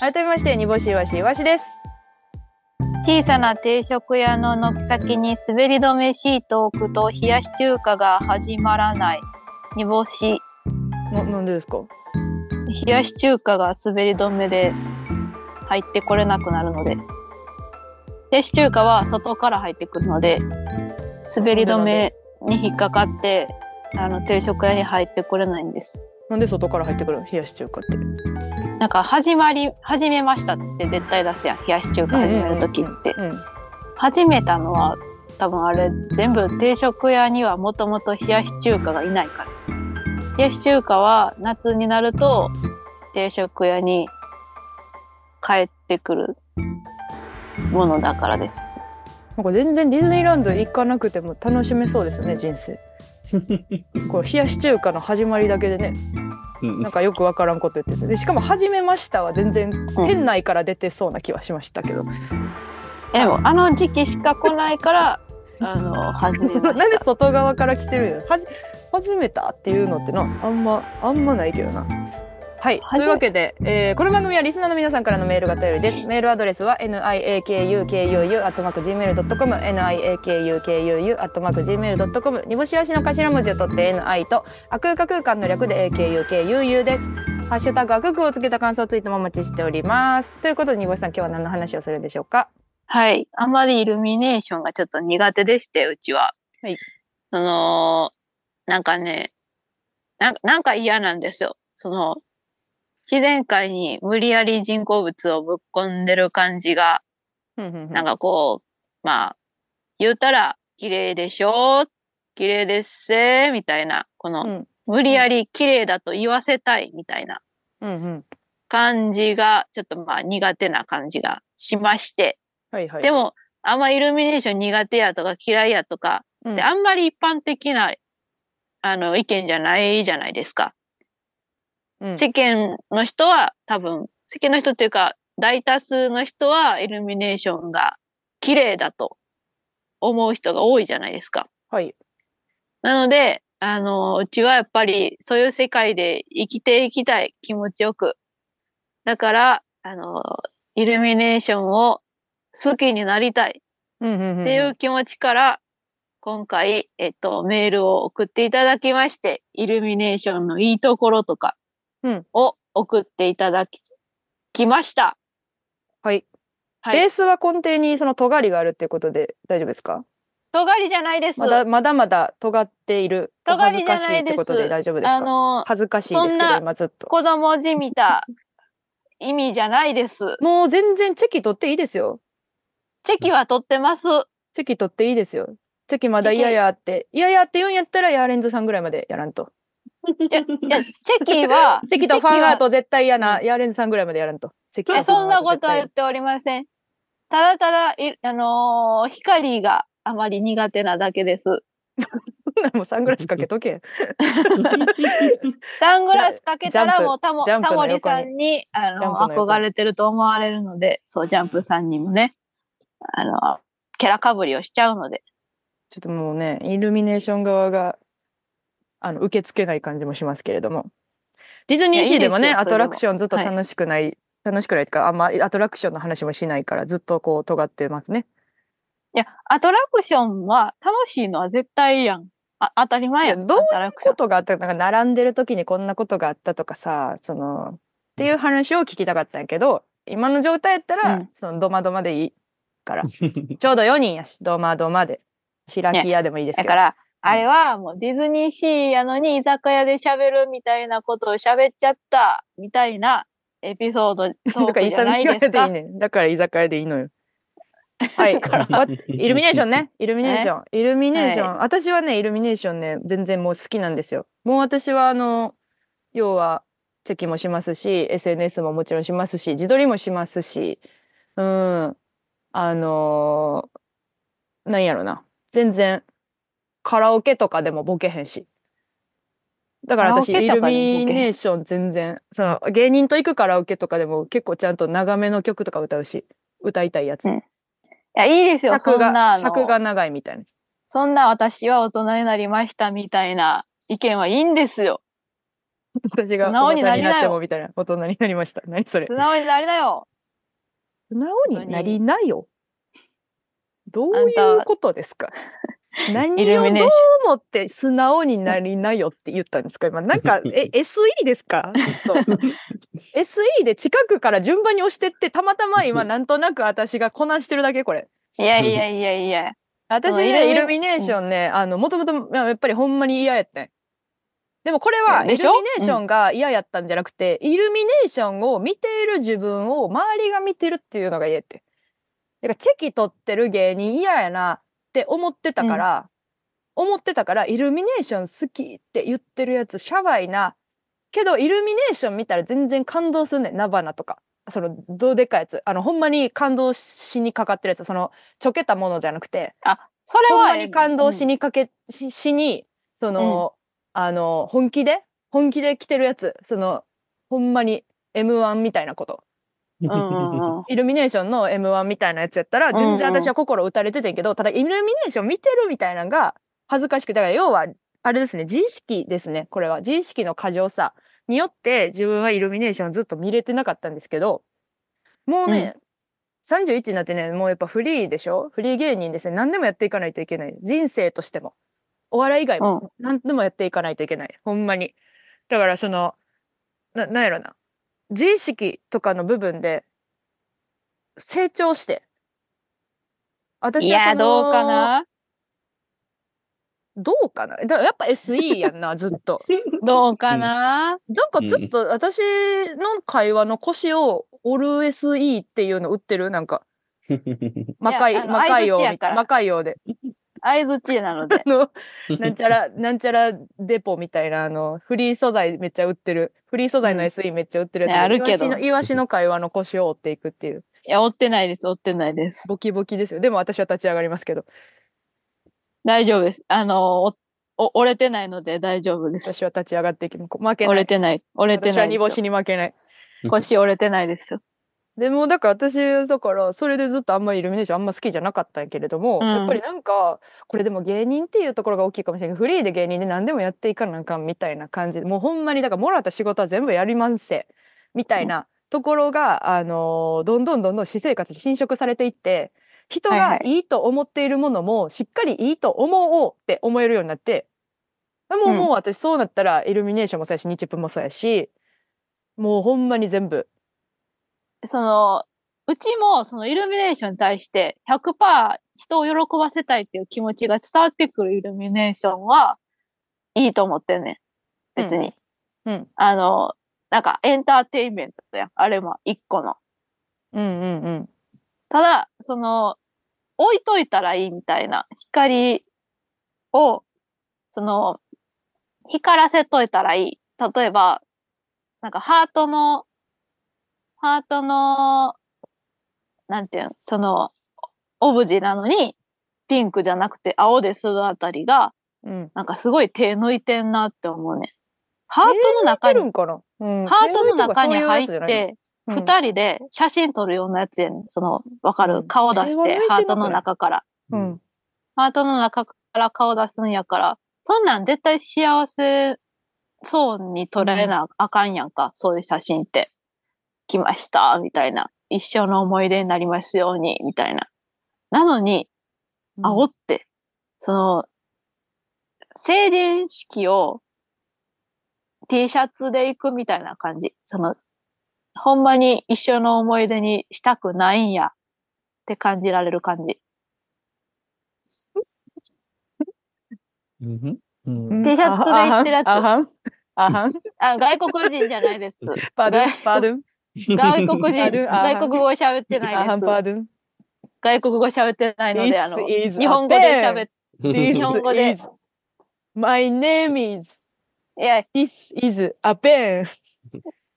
[SPEAKER 1] 改めまして、煮干しわしわしです。
[SPEAKER 2] 小さな定食屋の軒先に滑り止めシートを置くと冷やし中華が始まらない。煮干し、
[SPEAKER 1] な、なんでですか
[SPEAKER 2] 冷やし中華が滑り止めで入ってこれなくなるので。冷やし中華は外から入ってくるので、滑り止めに引っかかって、あの定食屋に入ってこれないんです。
[SPEAKER 1] なんで外から入ってくる冷やし中華って。う
[SPEAKER 2] なんか始まり始めましたって絶対出すやん冷やし中華始める時って、
[SPEAKER 1] ん。
[SPEAKER 2] 始めたのは多分あれ全部定食屋にはもともと冷やし中華がいないから冷やし中華は夏になると定食屋に帰ってくるものだからです
[SPEAKER 1] なんか全然ディズニーランド行かなくても楽しめそうですね、人 生。こう冷やし中華の始まりだけでね、なんかよくわからんこと言ってて。で、しかも始めましたは全然店内から出てそうな気はしましたけど。
[SPEAKER 2] でもあの時期しか来ないからあの始 め
[SPEAKER 1] な
[SPEAKER 2] ま
[SPEAKER 1] ん
[SPEAKER 2] し
[SPEAKER 1] で
[SPEAKER 2] た
[SPEAKER 1] 外側から来てるんやはじ初めたっていうのってなあんまあんまないけどな。はい、
[SPEAKER 2] は
[SPEAKER 1] と
[SPEAKER 2] じ
[SPEAKER 1] いうわけで、えーこの番組はリスナーの皆さんからのメールが頼りです。メールアドレスは niakukuu.gmail.com niakukuu.gmail.com にぼしわしの頭文字を取って ni とあ空間空間の略で akukuu です。ハッシュタグあくくをつけた感想ツイートもお待ちしております。ということで、にぼしさん今日は何の話をするんでしょうか
[SPEAKER 2] はい。あまりイルミネーションがちょっと苦手でして、うちは。
[SPEAKER 1] はい。
[SPEAKER 2] その、なんかね、なんなんか嫌なんですよ。その、自然界に無理やり人工物をぶっ込んでる感じが、なん
[SPEAKER 1] な
[SPEAKER 2] かこう、まあ、言うたら、綺麗でしょ綺麗ですせみたいな、この、
[SPEAKER 1] うん
[SPEAKER 2] 無理やり綺麗だと言わせたいみたいな
[SPEAKER 1] うんうん。
[SPEAKER 2] 感じが、ちょっとまあ苦手な感じがしまして。
[SPEAKER 1] はいはい。
[SPEAKER 2] で、も、あんまイルミネーション苦手やとか嫌いやとか、
[SPEAKER 1] うん
[SPEAKER 2] であんまり一般的な、あの、意見じゃないじゃないですか。
[SPEAKER 1] うん
[SPEAKER 2] 世間の人は多分、世間の人っていうか、大多数の人はイルミネーションが綺麗だと思う人が多いじゃないですか。
[SPEAKER 1] はい。
[SPEAKER 2] なので、あの、うちはやっぱりそういう世界で生きていきたい、気持ちよく。だから、あの、イルミネーションを好きになりたい。
[SPEAKER 1] っ
[SPEAKER 2] っていう気持ちから、今回、えっと、メールを送っていただきまして、イルミネーションのいいところとか
[SPEAKER 1] うん
[SPEAKER 2] を送っていただき、きました。
[SPEAKER 1] はい。
[SPEAKER 2] はい
[SPEAKER 1] ベースは根底にその尖りがあるっていうことで大丈夫ですか？
[SPEAKER 2] 尖りじゃないです。
[SPEAKER 1] まだまだまだ尖っている。お
[SPEAKER 2] 尖
[SPEAKER 1] 恥
[SPEAKER 2] り
[SPEAKER 1] ず
[SPEAKER 2] じゃ
[SPEAKER 1] かし
[SPEAKER 2] ないい
[SPEAKER 1] っ
[SPEAKER 2] で
[SPEAKER 1] て
[SPEAKER 2] す
[SPEAKER 1] ことで大丈夫です
[SPEAKER 2] あ
[SPEAKER 1] か？
[SPEAKER 2] の、
[SPEAKER 1] 恥ずかしいです
[SPEAKER 2] そん
[SPEAKER 1] けど
[SPEAKER 2] な
[SPEAKER 1] 今ずっと。
[SPEAKER 2] 子供じみた意味じゃないです。
[SPEAKER 1] もう全然チェキ取っていいですよ。
[SPEAKER 2] チェキは取ってます。
[SPEAKER 1] チェキ取っていいですよ。チェキまだ
[SPEAKER 2] チェ
[SPEAKER 1] 嫌
[SPEAKER 2] キ
[SPEAKER 1] やって嫌やって言うんやったらヤーレンズさんぐらいまでやらんと。、
[SPEAKER 2] いやチェキは
[SPEAKER 1] 関とファンアート絶対嫌な、ヤーレンズさんぐらいまでやらんと。関
[SPEAKER 2] え、そんなことは言っ
[SPEAKER 1] は
[SPEAKER 2] ておりません。ただただ、いあのー光があまり苦手なだけです。
[SPEAKER 1] もうサングラスかけとけ。
[SPEAKER 2] サングラスかけた
[SPEAKER 1] ジャン
[SPEAKER 2] ら
[SPEAKER 1] プ
[SPEAKER 2] もうタモ
[SPEAKER 1] ジャンプ
[SPEAKER 2] タ
[SPEAKER 1] の横
[SPEAKER 2] モ
[SPEAKER 1] に
[SPEAKER 2] リさんにあ
[SPEAKER 1] ジャン
[SPEAKER 2] の
[SPEAKER 1] プの横
[SPEAKER 2] 憧れてると思われるので、そう、ジャンプさんにもね、あの、キャラかぶりをしちゃうので。
[SPEAKER 1] ちょっともうね、イルミネーション側が、あの、受け付けない感じもしますけれども。ディズニーシーでもね、
[SPEAKER 2] いやいいですよ
[SPEAKER 1] アトラクションずっと
[SPEAKER 2] それでも
[SPEAKER 1] 楽しくない、楽しくないっていうか、あんまアトラクションの話もしないから、ずっとこう、尖ってますね。
[SPEAKER 2] いや、アトラクションは楽しいのは絶対いいやん。あ当たり前や
[SPEAKER 1] いや
[SPEAKER 2] ん。
[SPEAKER 1] どういう
[SPEAKER 2] アトラクショ
[SPEAKER 1] こ
[SPEAKER 2] ン。
[SPEAKER 1] とがあった、なんか並んでる時にこんなことがあったとかさ、その、っていう話を聞きたかったんやけど、今の状態やったら、
[SPEAKER 2] うん
[SPEAKER 1] その、ドマドマでいい から。ちょうど4人やし、ドマドマで。白木屋でもいいですけ
[SPEAKER 2] だ
[SPEAKER 1] ど。
[SPEAKER 2] から、あれはもうディズニーシーやのに居酒屋で喋るみたいなことを喋っちゃったみたいなエピソードト
[SPEAKER 1] だか
[SPEAKER 2] ー
[SPEAKER 1] ら
[SPEAKER 2] ク
[SPEAKER 1] 居
[SPEAKER 2] じゃない
[SPEAKER 1] 酒
[SPEAKER 2] で
[SPEAKER 1] 屋
[SPEAKER 2] す
[SPEAKER 1] でいい
[SPEAKER 2] か。
[SPEAKER 1] ねん。だから居酒屋でいいのよ。 はい。わイルミネーションね。イルミネーション。イルミネーション。私はね、イルミネーションね、全然もう好きなんですよ。もう私は、あの、要は、チェキもしますし、SNS ももちろんしますし、自撮りもしますし、うん。あのーなんやろな。全然、カラオケとかでもボケへんし。だから私、
[SPEAKER 2] カラオ
[SPEAKER 1] イ
[SPEAKER 2] ケと
[SPEAKER 1] ル
[SPEAKER 2] かでもボケへん
[SPEAKER 1] ミネーション全然、その、芸人と行くカラオケとかでも結構ちゃんと長めの曲とか歌うし、歌いたいやつ
[SPEAKER 2] うん。いや、いいですよ。そ
[SPEAKER 1] 尺
[SPEAKER 2] んなあ
[SPEAKER 1] が、
[SPEAKER 2] の
[SPEAKER 1] 尺が長いみたいな。
[SPEAKER 2] そんな私は大人になりましたみたいな意見はいいんですよ。
[SPEAKER 1] 私が
[SPEAKER 2] 素直になり
[SPEAKER 1] 大人
[SPEAKER 2] なよ
[SPEAKER 1] ってもみたいな大人になりました。何それ
[SPEAKER 2] 素。直になりな よ。
[SPEAKER 1] 素直になりなよ。どうい
[SPEAKER 2] あん
[SPEAKER 1] う
[SPEAKER 2] た
[SPEAKER 1] ことですか 何
[SPEAKER 2] イル
[SPEAKER 1] を
[SPEAKER 2] ミネー
[SPEAKER 1] ど
[SPEAKER 2] ショ
[SPEAKER 1] う
[SPEAKER 2] ン。
[SPEAKER 1] 思って素直になりなよって言ったんですか今なん かえ SE ですかちょっと SE で近くから順番に押してってたまたま 今なんとなく私がこなしてるだけこれ
[SPEAKER 2] いやいやいやいや。
[SPEAKER 1] 私
[SPEAKER 2] そうイルミ
[SPEAKER 1] ねイルミネーションね、あのもともとやっぱりほんまに嫌やってんでもこれはイルミ
[SPEAKER 2] で
[SPEAKER 1] ネ
[SPEAKER 2] しょ
[SPEAKER 1] ーションが嫌やったんじゃなくて、イルミネーションを見ている自分を周りが見てるっていうのが嫌やってだからチェキ取ってる芸人嫌やなって思ってたから、思ってたからイルミネーション好きって言ってるやつシャバいなけどイルミネーション見たら全然感動すんねん菜花とかそのどうでかいやつあのほんまに感動しにかかってるやつそのちょけたものじゃなくて
[SPEAKER 2] あ、それ
[SPEAKER 1] ほん
[SPEAKER 2] は
[SPEAKER 1] ま
[SPEAKER 2] ええ
[SPEAKER 1] に感動し
[SPEAKER 2] うん
[SPEAKER 1] にかけ、ししにその、あの本気で本気で来てるやつそのほんまに m 1みたいなこと
[SPEAKER 2] うんうんうん。
[SPEAKER 1] イルミネーションの m 1みたいなやつやったら全然
[SPEAKER 2] うんうん
[SPEAKER 1] 私は心打たれててんけど、ただイルミネーション見てるみたいなのが恥ずかしくてだから要はあれですね自意識ですねこれは自意識の過剰さによって自分はイルミネーションずっと見れてなかったんですけどもうね、31になってねもうやっぱフリーでしょフリー芸人ですね何でもやっていかないといけない人生としてもお笑い以外も
[SPEAKER 2] うん
[SPEAKER 1] 何でもやっていかないといけない、ほんまにだからそのななんやろな自意識とかの部分で成長して
[SPEAKER 2] い
[SPEAKER 1] 私は
[SPEAKER 2] や、
[SPEAKER 1] その
[SPEAKER 2] どう かな
[SPEAKER 1] どうかなだからやっぱ SE やん なずっと
[SPEAKER 2] どうか
[SPEAKER 1] な
[SPEAKER 2] な
[SPEAKER 1] んかずっと私の会話の腰を折る SE っていうの売ってるなんか魔
[SPEAKER 2] いや
[SPEAKER 1] 界
[SPEAKER 2] あの
[SPEAKER 1] 魔界王
[SPEAKER 2] 相槌
[SPEAKER 1] み
[SPEAKER 2] やから
[SPEAKER 1] 魔界王で
[SPEAKER 2] 相づちなので
[SPEAKER 1] あ。 のなんちゃらなんちゃらデポみたいなあのフリー素材めっちゃ売ってるフリー素材の
[SPEAKER 2] うん
[SPEAKER 1] SE めっちゃ売ってるやつ、
[SPEAKER 2] ねあるけど
[SPEAKER 1] イワシのイワシの会話の腰を折っていくっていう
[SPEAKER 2] いや、追ってないです、追ってないです。
[SPEAKER 1] ボキボキですよでも私は立ち上がりますけど
[SPEAKER 2] 大丈夫です。あの、おお折れてないので大丈夫です。
[SPEAKER 1] 私は立ち上がっていきます負け
[SPEAKER 2] 折
[SPEAKER 1] な
[SPEAKER 2] れ
[SPEAKER 1] い
[SPEAKER 2] てない。折れて
[SPEAKER 1] 私
[SPEAKER 2] な
[SPEAKER 1] はい煮
[SPEAKER 2] ですよ
[SPEAKER 1] 干しに負けない
[SPEAKER 2] 腰折れてないですよ。
[SPEAKER 1] でもだから私だからそれでずっとあんまりイルミネーションあんま好きじゃなかったんやけれども、
[SPEAKER 2] うん
[SPEAKER 1] やっぱりなんかこれでも芸人っていうところが大きいかもしれないけどフリーで芸人で何でもやっていかなあかんみたいな感じでもうほんまにだからもらった仕事は全部やりまんせみたいなところが、あのーどんどんどんどん私生活に侵食されていって人
[SPEAKER 2] はいは
[SPEAKER 1] が
[SPEAKER 2] い
[SPEAKER 1] いいと思っているものもしっかりいいと思おうって思えるようになってでもう
[SPEAKER 2] うん
[SPEAKER 1] もう私そうなったらイルミネーションもそうやし日プもそうやしもうほんまに全部
[SPEAKER 2] その、うちもそのイルミネーションに対して100%人を喜ばせたいっていう気持ちが伝わってくるイルミネーションはいいと思ってんねん。別に。
[SPEAKER 1] うん
[SPEAKER 2] あの、なんかエンターテインメントやん。あれも一個の。
[SPEAKER 1] うんうんうん
[SPEAKER 2] ただ、その、置いといたらいいみたいな光を、その、光らせといたらいい。例えば、なんかハートの、ハートの、なんていうん、その、オブジェなのに、ピンクじゃなくて青でするあたりが、
[SPEAKER 1] うん。
[SPEAKER 2] なんかすごい手抜いてんなって思うね。ハートの中
[SPEAKER 1] 入
[SPEAKER 2] に
[SPEAKER 1] る、んかな、うん、
[SPEAKER 2] ハートの中に入っ
[SPEAKER 1] そういうやつじゃないの
[SPEAKER 2] て、
[SPEAKER 1] う
[SPEAKER 2] 二
[SPEAKER 1] ん
[SPEAKER 2] 人で写真撮るようなやつやねん。その、わか
[SPEAKER 1] う
[SPEAKER 2] る
[SPEAKER 1] ん
[SPEAKER 2] 顔出し
[SPEAKER 1] それは向いて、
[SPEAKER 2] て
[SPEAKER 1] な
[SPEAKER 2] ハ
[SPEAKER 1] くない
[SPEAKER 2] ートの中から。
[SPEAKER 1] うん。
[SPEAKER 2] ハートの中から顔出すんやから、そんなん絶対幸せそうに捉えなあかんやんか、そういう写真って。来ました、みたいな。一生の思い出になりますように、みたいな。なのに、
[SPEAKER 1] うん
[SPEAKER 2] 煽って、その、成人式を T シャツで行くみたいな感じ。その、ほんまに一生の思い出にしたくないんやって感じられる感じ。
[SPEAKER 3] うんう
[SPEAKER 1] うんん
[SPEAKER 2] T シャツで行ってるやつ
[SPEAKER 1] あはん。あはん。
[SPEAKER 2] あ、外国人じゃない です。
[SPEAKER 1] パドゥン、パドゥン。
[SPEAKER 2] 外国
[SPEAKER 1] あ
[SPEAKER 2] 人、
[SPEAKER 1] るあはん
[SPEAKER 2] 外国語喋ってな
[SPEAKER 1] あはいん、
[SPEAKER 2] で
[SPEAKER 1] パド
[SPEAKER 2] す。
[SPEAKER 1] ゥン。
[SPEAKER 2] 外国語喋ってないので、あの、
[SPEAKER 1] This is
[SPEAKER 2] 日本語で
[SPEAKER 1] a
[SPEAKER 2] 喋
[SPEAKER 1] pen.
[SPEAKER 2] っ
[SPEAKER 1] This
[SPEAKER 2] 日本語で
[SPEAKER 1] is My name is.
[SPEAKER 2] て、いや、い
[SPEAKER 1] This is a pen.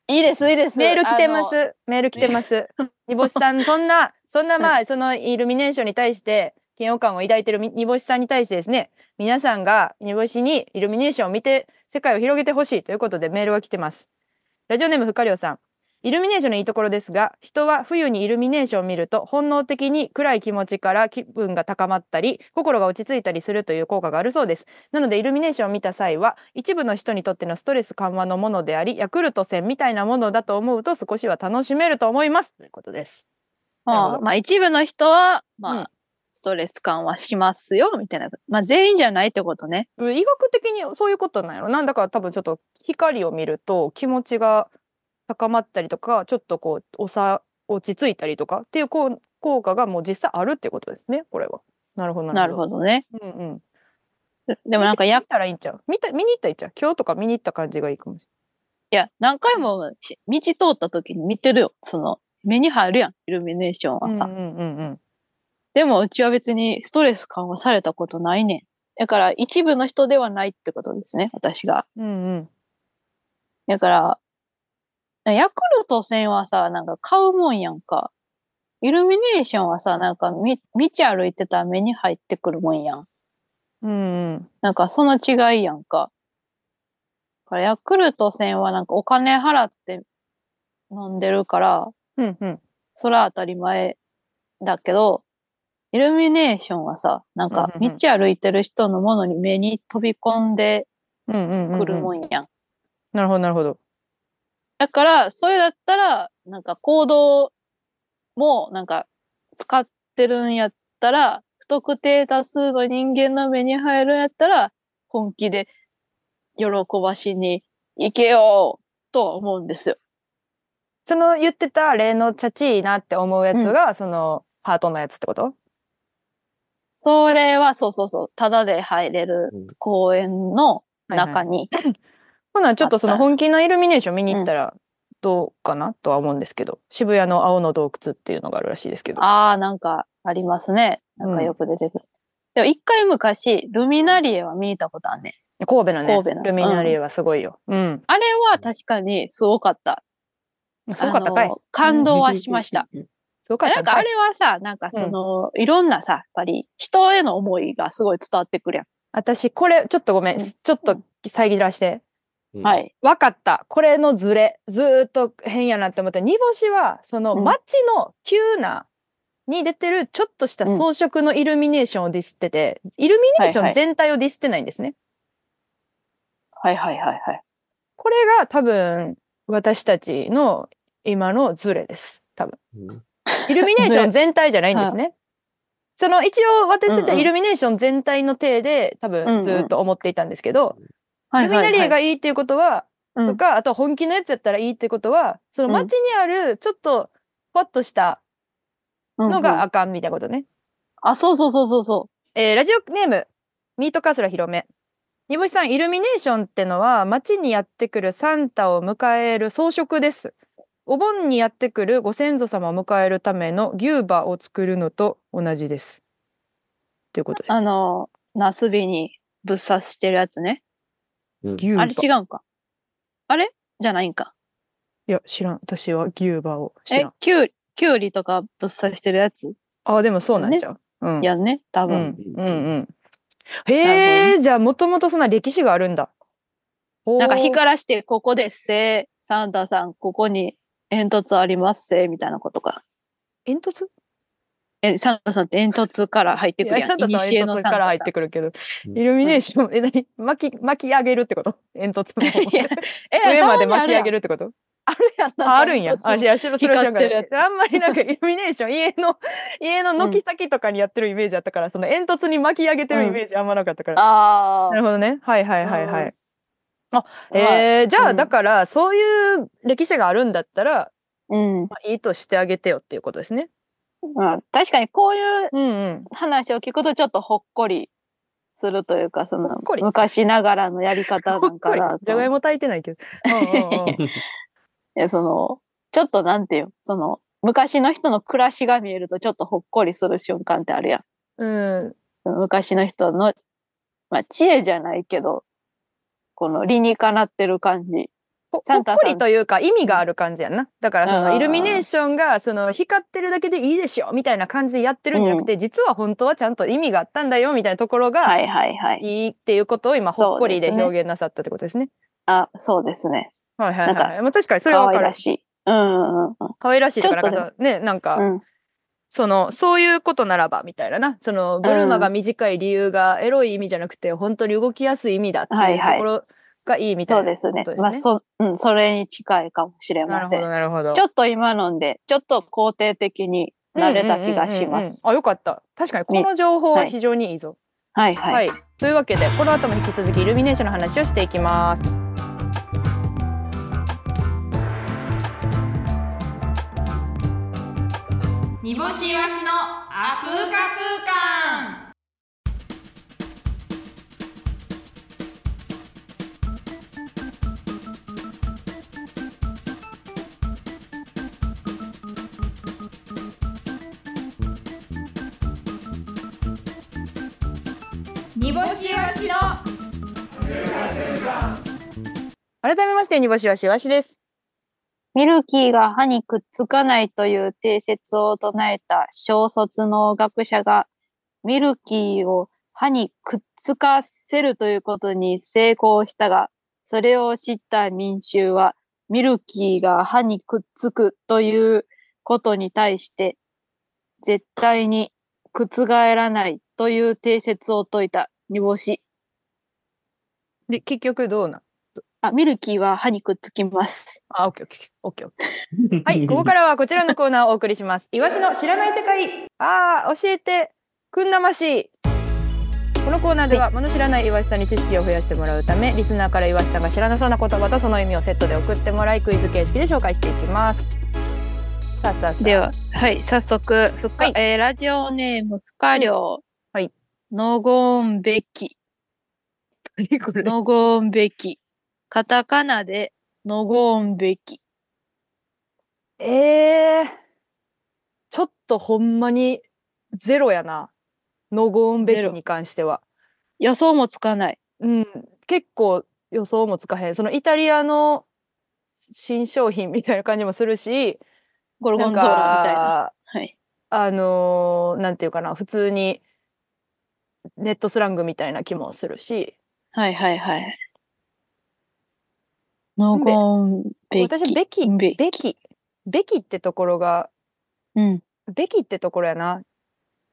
[SPEAKER 2] いです、いいです。
[SPEAKER 1] メール来てま
[SPEAKER 2] あの。
[SPEAKER 1] す。メール来てます。煮干しさん、そん な、そんなまあ、そのイルミネーションに対して、嫌悪感を抱いてるみ煮干しさんに対してですね、皆さんが煮干しにイルミネーションを見て、世界を広げてほしいということでメールが来てます。ラジオネームふかりょうさん。イルミネーションのいいところですが、人は冬にイルミネーションを見ると本能的に暗い気持ちから気分が高まったり、心が落ち着いたりするという効果があるそうです。なのでイルミネーションを見た際は一部の人にとってのストレス緩和のものでありヤクルト1000みたいなものだと思うと少しは楽しめると思いますということです。なるほ
[SPEAKER 2] まあ、
[SPEAKER 1] ど
[SPEAKER 2] まあ、一部の人は、まあ、
[SPEAKER 1] うん
[SPEAKER 2] ストレス緩和しますよ、みたいな。まあ、全員じゃないってことね。
[SPEAKER 1] うん医学的にそういうことなんやろなんだから多分ちょっと光を見ると気持ちが高まったりとかちょっとこうおさ落ち着いたりとかっていうこう効果がもう実際あるってことですねこれは。なるほど
[SPEAKER 2] なるほどね。
[SPEAKER 1] ど。うんうん、
[SPEAKER 2] でもなんか、や
[SPEAKER 1] 見、たらいいんちゃう見た見に行ったらいいんちゃう今日とか見に行った感じがいいかもし
[SPEAKER 2] いや、何回もし道通った時に見てるよ。その、目に入るやん、イルミネーショ
[SPEAKER 1] れ
[SPEAKER 2] ンは
[SPEAKER 1] ない。
[SPEAKER 2] さ。
[SPEAKER 1] うんうんうんうん
[SPEAKER 2] でも、うちは別にストレス緩和されたことないねん。だから、一部の人ではないってことですね、私が。
[SPEAKER 1] うんうん
[SPEAKER 2] だから、ヤクルト戦はさ、なんか買うもんやんか。イルミネーションはさ、なんかみ道歩いてたら目に入ってくるもんやん。
[SPEAKER 1] うんうん
[SPEAKER 2] なんかその違いやんか。だからヤクルト戦はなんかお金払って飲んでるから、
[SPEAKER 1] うんうん
[SPEAKER 2] そら当たり前だけど、イルミネーションはさ、なんか
[SPEAKER 1] うんうん
[SPEAKER 2] 道
[SPEAKER 1] うん
[SPEAKER 2] 歩いてる人のものに目に飛び込んで
[SPEAKER 1] うんうんうんうん
[SPEAKER 2] くるもんやん。
[SPEAKER 1] なるほどなるほど。
[SPEAKER 2] だから、それだったら、なんか行動も、なんか、使ってるんやったら、不特定多数の人間の目に入るんやったら、本気で喜ばしに行けようとは思うんですよ。
[SPEAKER 1] その言ってた例のチャチいなって思うやつが、そのハートのやつってこと
[SPEAKER 2] それは、そうそうそう、ただで入れる
[SPEAKER 3] うん
[SPEAKER 2] 公園の中
[SPEAKER 1] に。
[SPEAKER 2] に、
[SPEAKER 1] ほなちょっとそ
[SPEAKER 2] あ
[SPEAKER 1] の
[SPEAKER 2] った
[SPEAKER 1] 本気のイルミネーション見に行ったらどうかなとは思うんですけど渋谷の青の洞窟っていうのがあるらしいですけど。
[SPEAKER 2] ああ、なんかありますね。なんかよく出てくる。でも一回昔、ルミナリエは見に行ったことあんねん。
[SPEAKER 1] 神戸のね
[SPEAKER 2] 神戸の
[SPEAKER 1] ルミナリエはすごいよ。うん。
[SPEAKER 2] あれは確かにすごかった。
[SPEAKER 1] すごかったか
[SPEAKER 2] あ
[SPEAKER 1] い
[SPEAKER 2] の感動はしました。。
[SPEAKER 1] すごかっ
[SPEAKER 2] な
[SPEAKER 1] た
[SPEAKER 2] んかあ
[SPEAKER 1] かい
[SPEAKER 2] れはさ、なんかその、いろんなさ、やっぱり人への思いがすごい伝わってくるやん。
[SPEAKER 1] 私これちょっとごめん、
[SPEAKER 2] うん
[SPEAKER 1] ちょっと遮らして。
[SPEAKER 2] は
[SPEAKER 3] はい。
[SPEAKER 2] い。
[SPEAKER 1] わかったこれのズレずーっと変やなって思った煮干しはその
[SPEAKER 2] うん
[SPEAKER 1] 街の急なに出てるちょっとした装飾のイルミネーションをディスってて、イルミネーシ
[SPEAKER 2] はい
[SPEAKER 1] ョ
[SPEAKER 2] は
[SPEAKER 1] ン
[SPEAKER 2] い
[SPEAKER 1] 全体をディスってないんですね、
[SPEAKER 2] はいはいはいはい。
[SPEAKER 1] これが多分私たちの今のズレです多分イルミネーション全体じゃないんですねその一応私たちはイルミネーション全体の体で多分ずーっと思っていたんですけど、
[SPEAKER 2] は
[SPEAKER 1] ル
[SPEAKER 2] い
[SPEAKER 1] ミ
[SPEAKER 2] はい
[SPEAKER 1] ナ
[SPEAKER 2] はい
[SPEAKER 1] リエがいいっていうことは、
[SPEAKER 2] うん
[SPEAKER 1] とかあとは本気のやつやったらいいってことはその
[SPEAKER 2] うん
[SPEAKER 1] 街にあるちょっとパッとしたの
[SPEAKER 2] うんう
[SPEAKER 1] が
[SPEAKER 2] ん
[SPEAKER 1] あかんみたいなことね、
[SPEAKER 2] あ、そうそうそうそうそ
[SPEAKER 1] えーラジオネームミートカスラ広め煮干しさんイルミネーションってのは街にやってくるサンタを迎える装飾ですお盆にやってくるご先祖様を迎えるための牛馬を作るのと同じですということ
[SPEAKER 2] う。
[SPEAKER 1] です
[SPEAKER 2] あの、ナスビにぶっ刺してるやつね。
[SPEAKER 3] うん
[SPEAKER 1] 牛馬。
[SPEAKER 2] あれ違うんか。あれじゃないんか。
[SPEAKER 1] いや、知らん。私は牛馬を知
[SPEAKER 2] え
[SPEAKER 1] らん。、
[SPEAKER 2] キュウリ、キュウリとかぶっ刺してるやつ
[SPEAKER 1] あ、でもそうなんちゃう。うん。
[SPEAKER 2] やんね、多
[SPEAKER 1] うん、う
[SPEAKER 2] 分。
[SPEAKER 1] ん、うん。へえ、じゃあもともとそんな歴史があるんだ。
[SPEAKER 2] なんか
[SPEAKER 1] ほう
[SPEAKER 2] 光らして、ここですせ、サンタさん、ここに煙突ありますせ、みたいなことか。
[SPEAKER 1] 煙突
[SPEAKER 2] え、サンタさんって煙突から入ってくる
[SPEAKER 1] いや
[SPEAKER 2] や
[SPEAKER 1] サン
[SPEAKER 2] ん。い
[SPEAKER 1] タさんは
[SPEAKER 2] にしえ
[SPEAKER 1] 煙
[SPEAKER 2] のサン
[SPEAKER 1] 突
[SPEAKER 2] タさ
[SPEAKER 1] か
[SPEAKER 2] ん。
[SPEAKER 1] ら入ってくるけど、
[SPEAKER 3] うん
[SPEAKER 1] イルミネーション、 え、何巻き、巻き上げるってこと煙突
[SPEAKER 2] いや
[SPEAKER 1] の。
[SPEAKER 2] え
[SPEAKER 1] 上まで巻き上
[SPEAKER 2] る
[SPEAKER 1] げるってこと
[SPEAKER 2] あるやん。
[SPEAKER 1] ああるんや。あ、
[SPEAKER 2] なん
[SPEAKER 1] 知
[SPEAKER 2] から
[SPEAKER 1] ん知らんそれは知らんか
[SPEAKER 2] 光ってる
[SPEAKER 1] ったあんまりなんかイルミネーション、家 の、家の軒先とかにやってるイメージあったから、その煙突に巻き上げてるイメージあんまなかったから。
[SPEAKER 2] あ
[SPEAKER 1] なるほどね。はいはいはいは
[SPEAKER 2] う
[SPEAKER 1] い
[SPEAKER 2] ん。ー
[SPEAKER 1] えー、じゃあ、
[SPEAKER 2] うん
[SPEAKER 1] だから、そういう歴史があるんだったら、
[SPEAKER 2] うん。
[SPEAKER 1] まあ、いいとしてあげてよっていうことですね。
[SPEAKER 2] まあ確かにこういう
[SPEAKER 1] うんうん。
[SPEAKER 2] 話を聞くとちょっとほっこりするというか、そ
[SPEAKER 1] ほ
[SPEAKER 2] の
[SPEAKER 1] っこり
[SPEAKER 2] 昔ながらのやり方なんかな
[SPEAKER 1] じゃ
[SPEAKER 2] と。
[SPEAKER 1] がい
[SPEAKER 2] い
[SPEAKER 1] も炊いてないけど。うんうんうん
[SPEAKER 2] やその、ちょっとなんていう、その、昔の人の暮らしが見えるとちょっとほっこりする瞬間ってあるやん。
[SPEAKER 1] うん。
[SPEAKER 2] その昔の人の、まあ知恵じゃないけど、この理にかなってる感じ。
[SPEAKER 1] ほ
[SPEAKER 2] サ
[SPEAKER 1] ほっ
[SPEAKER 2] ンタさん
[SPEAKER 1] こりというか意味がある感じやんな。だからそ
[SPEAKER 2] うんうんう
[SPEAKER 1] の
[SPEAKER 2] ん
[SPEAKER 1] イルミネーションがその光ってるだけでいいでしょみたいな感じでやってるんじゃなくて、実は本当はちゃんと意味があったんだよみたいなところ
[SPEAKER 2] は
[SPEAKER 1] が
[SPEAKER 2] いはいはい。
[SPEAKER 1] いいっていうことを今
[SPEAKER 2] そうですね
[SPEAKER 1] ほっこりで表現なさったってことですね。
[SPEAKER 2] あ、そうですね。
[SPEAKER 1] はいはい
[SPEAKER 2] なん
[SPEAKER 1] はい。まあ確かにそれは
[SPEAKER 2] 可
[SPEAKER 1] わ
[SPEAKER 2] 愛
[SPEAKER 1] かる
[SPEAKER 2] ら。しい。うんうんうん
[SPEAKER 1] 可愛らしいとからなん
[SPEAKER 2] ちょ
[SPEAKER 1] かさねなんか、
[SPEAKER 2] うん。うん。
[SPEAKER 1] そのそういうことならばみたいななそのブルマが短い理由がエロい意味じゃなくて本当に動きやすい意味だって
[SPEAKER 2] はいいうはい
[SPEAKER 1] ところがいいみたい
[SPEAKER 2] そう
[SPEAKER 1] な。
[SPEAKER 2] ですね
[SPEAKER 1] ことで。すね
[SPEAKER 2] まあ、そ、うん、それに近いかもしれ
[SPEAKER 1] な
[SPEAKER 2] ま
[SPEAKER 1] るほ
[SPEAKER 2] せん
[SPEAKER 1] ど。なるほど。
[SPEAKER 2] ちょっと今のんで、ちょっと肯定的になれた気がし
[SPEAKER 1] うんうん
[SPEAKER 2] ます。
[SPEAKER 1] うんうんうんあよかった確かにこの情報は非常にいいぞ。
[SPEAKER 2] はい
[SPEAKER 1] はい、
[SPEAKER 2] はい。
[SPEAKER 1] というわけでこの後も引き続きイルミネーションの話をしていきます。
[SPEAKER 4] 煮干しわしのあ空間空間煮干しわしの
[SPEAKER 1] 改めまして煮干しわしわしです。
[SPEAKER 2] ミルキーが歯にくっつかないという定説を唱えた小卒の学者が、ミルキーを歯にくっつかせるということに成功したが、それを知った民衆は、ミルキーが歯にくっつくということに対して、絶対に覆らないという定説を説いた煮干し。
[SPEAKER 1] で結局どうなん
[SPEAKER 2] あ、ミルキーは歯にくっつきます。
[SPEAKER 1] あオッケーオッケーオッケーオッケー。はいここからはこちらのコーナーをお送りします。イワシの知らない世界あー教えてくんなまし。このコーナーでは、物知らないイワシさんに知識を増やしてもらうためリスナーからイワシさんが知らなそうな言葉とその意味をセットで送ってもらいクイズ形式で紹介していきます。さあさあさあ
[SPEAKER 2] では、はい、早速、ふか
[SPEAKER 1] はい
[SPEAKER 2] えーラジオネーム、不可量。
[SPEAKER 1] はい。
[SPEAKER 2] のごんべき。
[SPEAKER 1] 何これ
[SPEAKER 2] のごんべき。カタカナで、のごんべき。
[SPEAKER 1] ええちょっとほんまにゼロやな。ノゴーンベ
[SPEAKER 2] ゼ
[SPEAKER 1] キ
[SPEAKER 2] ロ
[SPEAKER 1] に関しては。
[SPEAKER 2] 予想もつかない。
[SPEAKER 1] うん。結構予想もつかへん。そのイタリアの新商品みたいな感じもするし、
[SPEAKER 2] ゴル
[SPEAKER 1] なん
[SPEAKER 2] ゴンゾーラみたいな。
[SPEAKER 1] か、
[SPEAKER 2] はい。
[SPEAKER 1] あのーなんていうかな、普通にネットスラングみたいな気もするし、
[SPEAKER 2] はいはいはい。のごんべき。
[SPEAKER 1] 私ベキ、
[SPEAKER 2] べ
[SPEAKER 1] ベキ、ベキってところが、
[SPEAKER 2] うん。
[SPEAKER 1] ベキってところやな。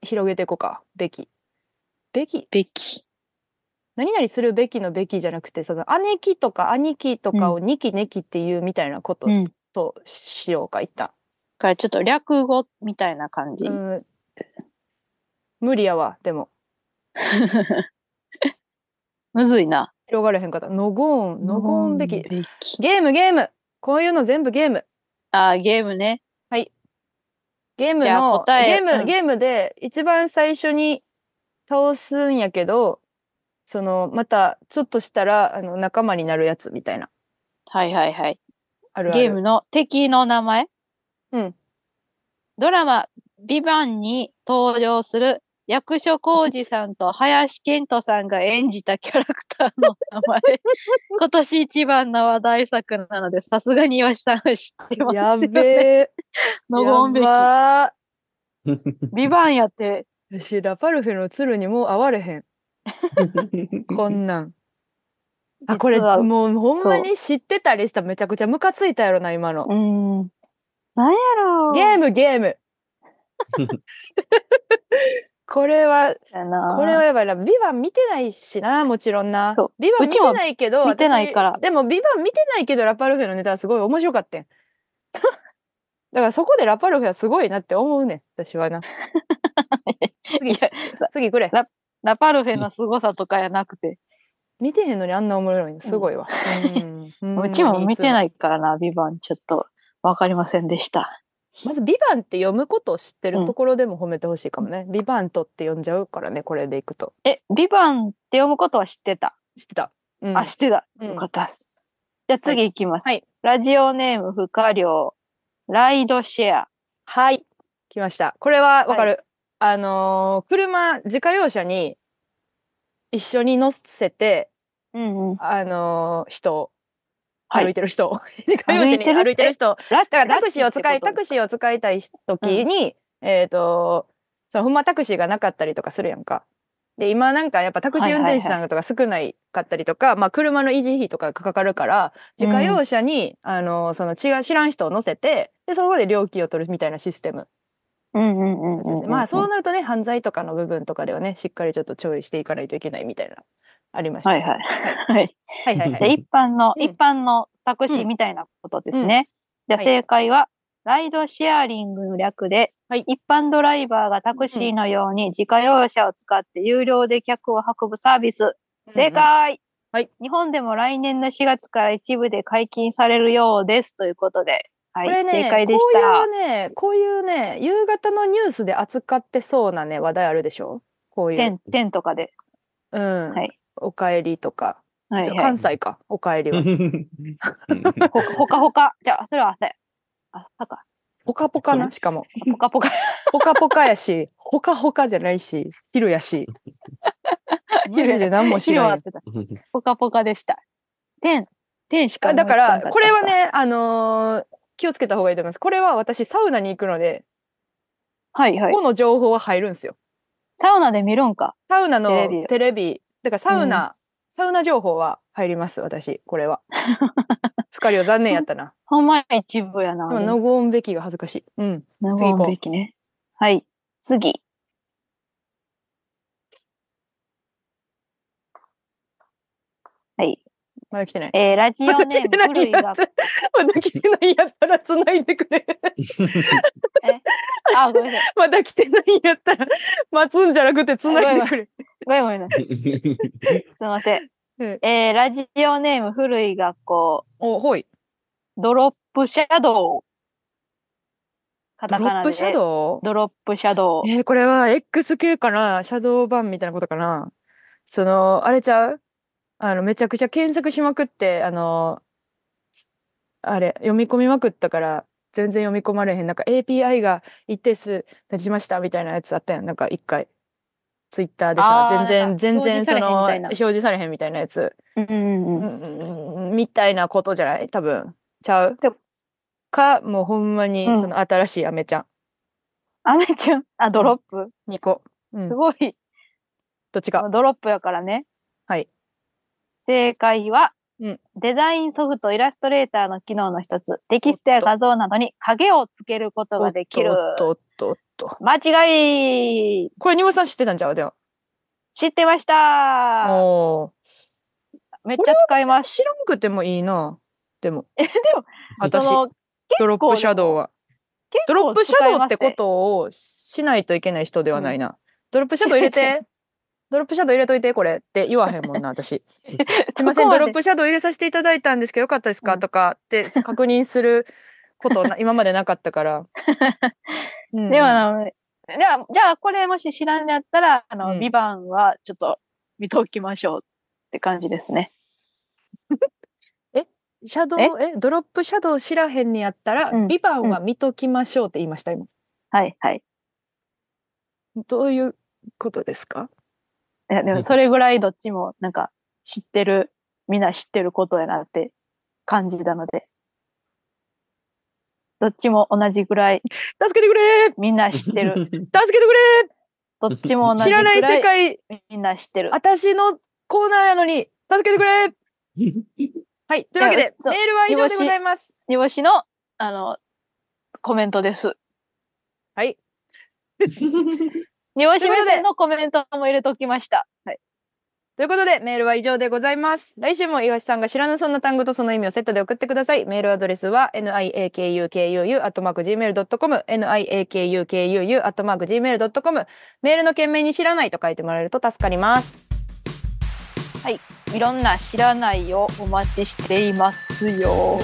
[SPEAKER 1] 広げていこうか、ベキ。ベキ、
[SPEAKER 2] べき。
[SPEAKER 1] 何々するべきのべきじゃなくてその姉貴とか兄貴とかをニキネキっていうみたいなこと
[SPEAKER 2] うん。だ
[SPEAKER 1] としようか一旦、
[SPEAKER 2] からちょっと略語みたいな感じ。
[SPEAKER 1] うん、無理やわでも
[SPEAKER 2] むずいな。
[SPEAKER 1] 広がれへんかったのごーんのごーんべき
[SPEAKER 2] のごんべき。
[SPEAKER 1] ゲームゲームこういうの全部ゲーム
[SPEAKER 2] あー、ゲームね。
[SPEAKER 1] ゲーム
[SPEAKER 2] じゃあ
[SPEAKER 1] のゲ
[SPEAKER 2] 答え
[SPEAKER 1] ーム、
[SPEAKER 2] うん
[SPEAKER 1] ゲームで一番最初に倒すんやけどそのまたちょっとしたらあの仲間になるやつみたいな
[SPEAKER 2] はいはいはい。
[SPEAKER 1] あるある
[SPEAKER 2] ゲームの敵の名前
[SPEAKER 1] うん。
[SPEAKER 2] ドラマ、ビバンに登場する役所広司さんと林遣都さんが演じたキャラクターの名 前。今年一番の話題作なので、さすがに岩下さんは知ってます
[SPEAKER 1] や
[SPEAKER 2] よ、
[SPEAKER 1] べ
[SPEAKER 2] ね。
[SPEAKER 1] え。
[SPEAKER 2] のごんべき。
[SPEAKER 1] やば
[SPEAKER 2] ビバンやって、
[SPEAKER 1] ー私、ラパルフェの鶴にもう会われへん。こんなん。あ、これ、
[SPEAKER 2] 実は
[SPEAKER 1] もうほんま
[SPEAKER 2] そう
[SPEAKER 1] に知ってたりしたらめちゃくちゃムカついたやろな、今の
[SPEAKER 2] う。ん。なんやろう。
[SPEAKER 1] ゲーム、ゲー ム。これは、
[SPEAKER 2] やな。
[SPEAKER 1] これはやばいな。ビバン見てないしな、もちろんな。
[SPEAKER 2] そう
[SPEAKER 1] ビバン
[SPEAKER 2] う
[SPEAKER 1] 見
[SPEAKER 2] ちも
[SPEAKER 1] てないけど、
[SPEAKER 2] 見てない
[SPEAKER 1] 私
[SPEAKER 2] から
[SPEAKER 1] でもビバン見てないけど、ラパルフェのネタはすごい面白かったん。 だからそこでラパルフェはすごいなって思うねん、私はな。次
[SPEAKER 2] いや、
[SPEAKER 1] 次くれ。
[SPEAKER 2] ラパルフェの凄さとかやなくて、
[SPEAKER 1] 見てへんのにあんな面白いの、すごいわ。うん。
[SPEAKER 2] うちも見てないいからな、ビバン、ちょっとわかりませんでした。
[SPEAKER 1] まずビバンって読むことを知ってるところでも褒めてほしいかもね。ビバントって呼んじゃうからね、これでいくと。
[SPEAKER 2] え、ビバンって読むことは知ってた。
[SPEAKER 1] 知ってた。うん
[SPEAKER 2] あ、知ってた。
[SPEAKER 1] うん
[SPEAKER 2] よかったです。じゃあ次行きます。
[SPEAKER 1] はい
[SPEAKER 2] ラジオネーム、不可量、ライドシェア。
[SPEAKER 1] はい。来ました。これはわかる。あのー車、自家用車に一緒に乗せて、
[SPEAKER 2] うんうん。
[SPEAKER 1] あのー人を、
[SPEAKER 2] は い
[SPEAKER 1] 歩いてる人を、自家用車に歩
[SPEAKER 2] 歩
[SPEAKER 1] いて
[SPEAKER 2] いて
[SPEAKER 1] る
[SPEAKER 2] る
[SPEAKER 1] 人、
[SPEAKER 2] ラだ
[SPEAKER 1] だからタクシーを使い、タクシ
[SPEAKER 2] ー。
[SPEAKER 1] ーを使いたい時に、えっ、と、そのほんまタクシーがなかったりとかするやんか。で、今なんかやっぱタクシー運転手さんとか少ないかったりとか、まあ車の維持費とかがかかるから、自家用車に、あの、その違う、知らん人を乗せて、で、そこで料金を取るみたいなシステム。
[SPEAKER 2] うんうんうん
[SPEAKER 1] そうで
[SPEAKER 2] うんう
[SPEAKER 1] す
[SPEAKER 2] ん。
[SPEAKER 1] ねまあそうなるとね、犯罪とかの部分とかではね、しっかりちょっと注意していかないといけないみたいな、ありました。
[SPEAKER 2] はいはい。はい。
[SPEAKER 1] はいはいは
[SPEAKER 2] で、
[SPEAKER 1] い。
[SPEAKER 2] 一般の、
[SPEAKER 1] うん
[SPEAKER 2] 一般のタクシーみたいなことですね。
[SPEAKER 1] ん
[SPEAKER 2] じゃ
[SPEAKER 1] は
[SPEAKER 2] あ
[SPEAKER 1] い
[SPEAKER 2] 正解は、ライドシェアリングの略で、
[SPEAKER 1] はい
[SPEAKER 2] 一般ドライバーがタクシーのように自家用車を使って有料で客を運ぶサービス。正解、
[SPEAKER 1] はい
[SPEAKER 2] 日本でも来年の4月から一部で解禁されるようですということで、は
[SPEAKER 1] これ
[SPEAKER 2] い、
[SPEAKER 1] ね、
[SPEAKER 2] 正解でした。
[SPEAKER 1] こういうね、こういうね、夕方のニュースで扱ってそうなね、話題あるでしょこうい
[SPEAKER 2] テ
[SPEAKER 1] う。
[SPEAKER 2] ン、テンとかで。
[SPEAKER 1] うん。
[SPEAKER 2] はい
[SPEAKER 1] おかえりとか。
[SPEAKER 2] はい、
[SPEAKER 1] ちょ
[SPEAKER 2] はい
[SPEAKER 1] 関西か、おかえりは。
[SPEAKER 2] ほほかほか。じゃあ、それは朝や。朝か。
[SPEAKER 1] ポカポカな、しかも。
[SPEAKER 2] ぽかぽか。
[SPEAKER 1] ポカポカやし、ほかほかじゃないし、昼やし。マジで何もし
[SPEAKER 2] 昼は
[SPEAKER 1] な
[SPEAKER 2] 合
[SPEAKER 1] い
[SPEAKER 2] っ。てた。ぽかぽかでした。天、天しか
[SPEAKER 1] あだか
[SPEAKER 2] 思いつ
[SPEAKER 1] ら、
[SPEAKER 2] んっ
[SPEAKER 1] こ
[SPEAKER 2] た
[SPEAKER 1] れは、ね、あのー気をつけた方がいいと思います。これは私、サウナに行くので、
[SPEAKER 2] はいはい
[SPEAKER 1] こ。この情報は入るんですよ。
[SPEAKER 2] サウナで見るんか。
[SPEAKER 1] サウナの
[SPEAKER 2] テレビを
[SPEAKER 1] テレビ、だからサウナ、サウナ情報は入ります、私、こ れは。ふかりょう残念やったな。
[SPEAKER 2] ほんまや一部やな。
[SPEAKER 1] でも、のごんべきが恥ずかしい。うん。
[SPEAKER 2] の
[SPEAKER 1] 次行こう
[SPEAKER 2] べきね。はい。次。はい。
[SPEAKER 1] まだ来てない。
[SPEAKER 2] えーラジオネーム、古い
[SPEAKER 1] ま
[SPEAKER 2] が、
[SPEAKER 1] だ来てないやったら繋いでくれ。
[SPEAKER 2] あ、ごめんなさい。
[SPEAKER 1] まだ来てないやったら待つんじゃなくて繋いでくれ。
[SPEAKER 2] ごめんごめんなさい。すいません。えーラジオネーム、古い学校、
[SPEAKER 1] お、ほい。
[SPEAKER 2] ドロップシャドウ。カ
[SPEAKER 1] ド
[SPEAKER 2] タ
[SPEAKER 1] ロ
[SPEAKER 2] カ
[SPEAKER 1] ッ
[SPEAKER 2] ナで
[SPEAKER 1] プシャドウ
[SPEAKER 2] ドロップシャドウ。
[SPEAKER 1] えーこれは X 系かなシャドウ版みたいなことかなその、あれちゃうあの、めちゃくちゃ検索しまくって、あの、あれ、読み込みまくったから、全然読み込まれへん。なんか API が一定数立ちましたみたいなやつあったやん。なんか一回。ツイッターでさ
[SPEAKER 2] あ、ーな
[SPEAKER 1] 全
[SPEAKER 2] ん
[SPEAKER 1] 然、
[SPEAKER 2] か
[SPEAKER 1] 全然
[SPEAKER 2] 表示さ
[SPEAKER 1] そ
[SPEAKER 2] れ
[SPEAKER 1] の、
[SPEAKER 2] へんみたいな
[SPEAKER 1] 表示されへんみたいなやつ。
[SPEAKER 2] うんうん
[SPEAKER 1] う
[SPEAKER 2] う
[SPEAKER 1] ん
[SPEAKER 2] ん。
[SPEAKER 1] うんうんみたいなことじゃない多分。ちゃう
[SPEAKER 2] でも
[SPEAKER 1] か、もうほんまに、
[SPEAKER 2] うん
[SPEAKER 1] その新しいアメちゃ
[SPEAKER 2] アメちゃん、あ、ドロップ。
[SPEAKER 1] ん。2個。うん
[SPEAKER 2] すごい。
[SPEAKER 1] どっちか。
[SPEAKER 2] ドロップやからね。
[SPEAKER 1] はい。
[SPEAKER 2] 正解は、
[SPEAKER 1] うん
[SPEAKER 2] デザインソフトイラストレーターの機能の一つ、テキストや画像などに影をつけることができ
[SPEAKER 1] お。
[SPEAKER 2] る
[SPEAKER 1] っとおっとおっとおっと。
[SPEAKER 2] 間違い
[SPEAKER 1] これ、にわさん知ってたんちゃうでも。
[SPEAKER 2] 知ってました
[SPEAKER 1] おー
[SPEAKER 2] めっちゃ使います。
[SPEAKER 1] 知らんくてもいいな。でも。
[SPEAKER 2] え、でも、
[SPEAKER 1] 私
[SPEAKER 2] そ、の
[SPEAKER 1] ドロップシャドウは。ドロップシャドウってことをしないといけない人ではないな。ドロップシャドウ入れ て。ドロップシャドウ入れといて、これって言わへんもんな、私。 す
[SPEAKER 2] す
[SPEAKER 1] いません、ドロップシャドウ入れさせていただいたんですけど、よかったですか、
[SPEAKER 2] うん
[SPEAKER 1] とかって確認することな今までなかった から。うんうん
[SPEAKER 2] ではなじゃあ、じゃあこれもし知らんやったら、あの、
[SPEAKER 1] うん
[SPEAKER 2] ビバンはちょっと見ときましょうって感じですね。
[SPEAKER 1] シャドウ
[SPEAKER 2] え
[SPEAKER 1] えドロップシャドウ知らへんにやったら、
[SPEAKER 2] うん
[SPEAKER 1] ビバンは見ときましょうって言いました、今。
[SPEAKER 2] はい、はい。
[SPEAKER 1] どういうことですか
[SPEAKER 2] いや、でもそれぐらいどっちもなんか知ってる、みんな知ってることやなって感じたので。どっちも同じぐらい
[SPEAKER 1] 助けてくれ
[SPEAKER 2] みんな知ってる。
[SPEAKER 1] 助けてく
[SPEAKER 2] どっちも
[SPEAKER 1] れ
[SPEAKER 2] 同
[SPEAKER 1] 知
[SPEAKER 2] じ
[SPEAKER 1] ら
[SPEAKER 2] ぐ
[SPEAKER 1] ない
[SPEAKER 2] ら
[SPEAKER 1] 世
[SPEAKER 2] い
[SPEAKER 1] 界、
[SPEAKER 2] みんな知ってる。
[SPEAKER 1] 私のコーナーなのに、助けてくれはい。というわけ
[SPEAKER 2] いや
[SPEAKER 1] で、
[SPEAKER 2] そう
[SPEAKER 1] メールは以上でございます。
[SPEAKER 2] 煮干しの、あの、コメントです。
[SPEAKER 1] はい。
[SPEAKER 2] 煮干
[SPEAKER 1] ということ
[SPEAKER 2] し目
[SPEAKER 1] で
[SPEAKER 2] 線のコメントも入れときました。はい。
[SPEAKER 1] ということで、メールは以上でございます。来週も岩橋さんが知らぬそんな単語とその意味をセットで送ってください。メールアドレスは niakukuu.gmail.com、niakukuu.gmail.com。メールの件名に知らないと書いてもらえると助かります。
[SPEAKER 2] いろんな知らないをお待ちしていますよ。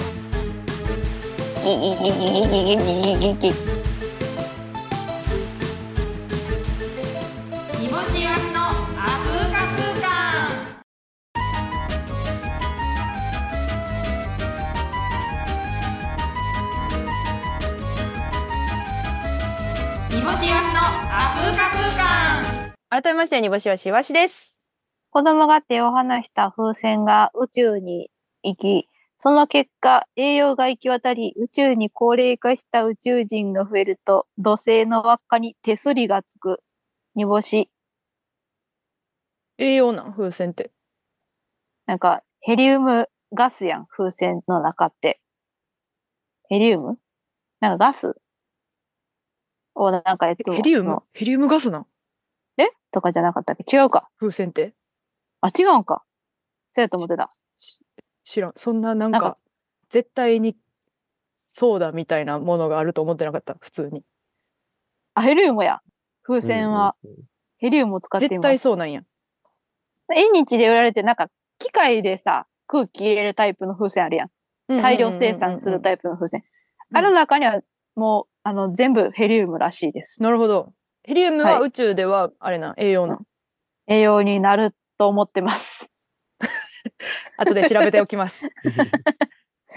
[SPEAKER 2] ギギギギギギギギギギギ
[SPEAKER 4] 煮干しわしのあぐーか空間煮干しわしのあぐーか空間
[SPEAKER 1] 改めまして、にぼしわしわしです。
[SPEAKER 2] 子供が手を離した風船が宇宙に行き、その結果、栄養が行き渡り、宇宙に高齢化した宇宙人が増えると、土星の輪っかに手すりがつく。煮干し。
[SPEAKER 1] 栄養なん風船って。
[SPEAKER 2] なんか、ヘリウムガスやん、風船の中って。ヘリウムなんかガスをなんかいつも。その
[SPEAKER 1] ヘリウムガスなん
[SPEAKER 2] えとかじゃなかったっけ違うか。
[SPEAKER 1] 風船って
[SPEAKER 2] あ、違うんか。そうやと思ってた。
[SPEAKER 1] 知らん。そんななん
[SPEAKER 2] かなんか
[SPEAKER 1] 絶対にそうだみたいなものがあると思ってなかった、普通に。
[SPEAKER 2] あ、ヘリウムや。風船はヘリウムを使っています。
[SPEAKER 1] なんや。
[SPEAKER 2] 縁日で売られてなんか機械でさ空気入れるタイプの風船あるやん大量生産する
[SPEAKER 1] イ
[SPEAKER 2] タイプの風船
[SPEAKER 1] うん
[SPEAKER 2] あの中にはもうあの全部ヘリウムらしいです
[SPEAKER 1] なるほど。ヘリウムは
[SPEAKER 2] は
[SPEAKER 1] 宇宙ではあれな、栄養な。
[SPEAKER 2] 栄養になると思ってます
[SPEAKER 1] 後で調べておきます。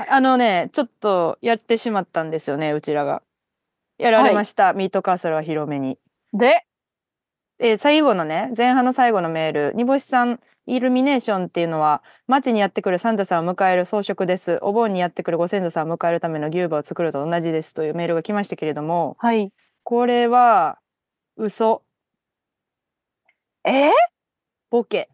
[SPEAKER 1] あのね、ちょっとやってしまったんですよね、うちらが。やられました、ミートカーソルは広めに。
[SPEAKER 2] で
[SPEAKER 1] えー最後のね、前半の最後のメール、煮干しさん、イルミネーションっていうのは、街にやってくるサンタさんを迎える装飾です。お盆にやってくるご先祖さんを迎えるための牛馬を作ると同じですというメールが来ましたけれども、
[SPEAKER 2] はい
[SPEAKER 1] これは、嘘、
[SPEAKER 2] えー、
[SPEAKER 1] ボケ。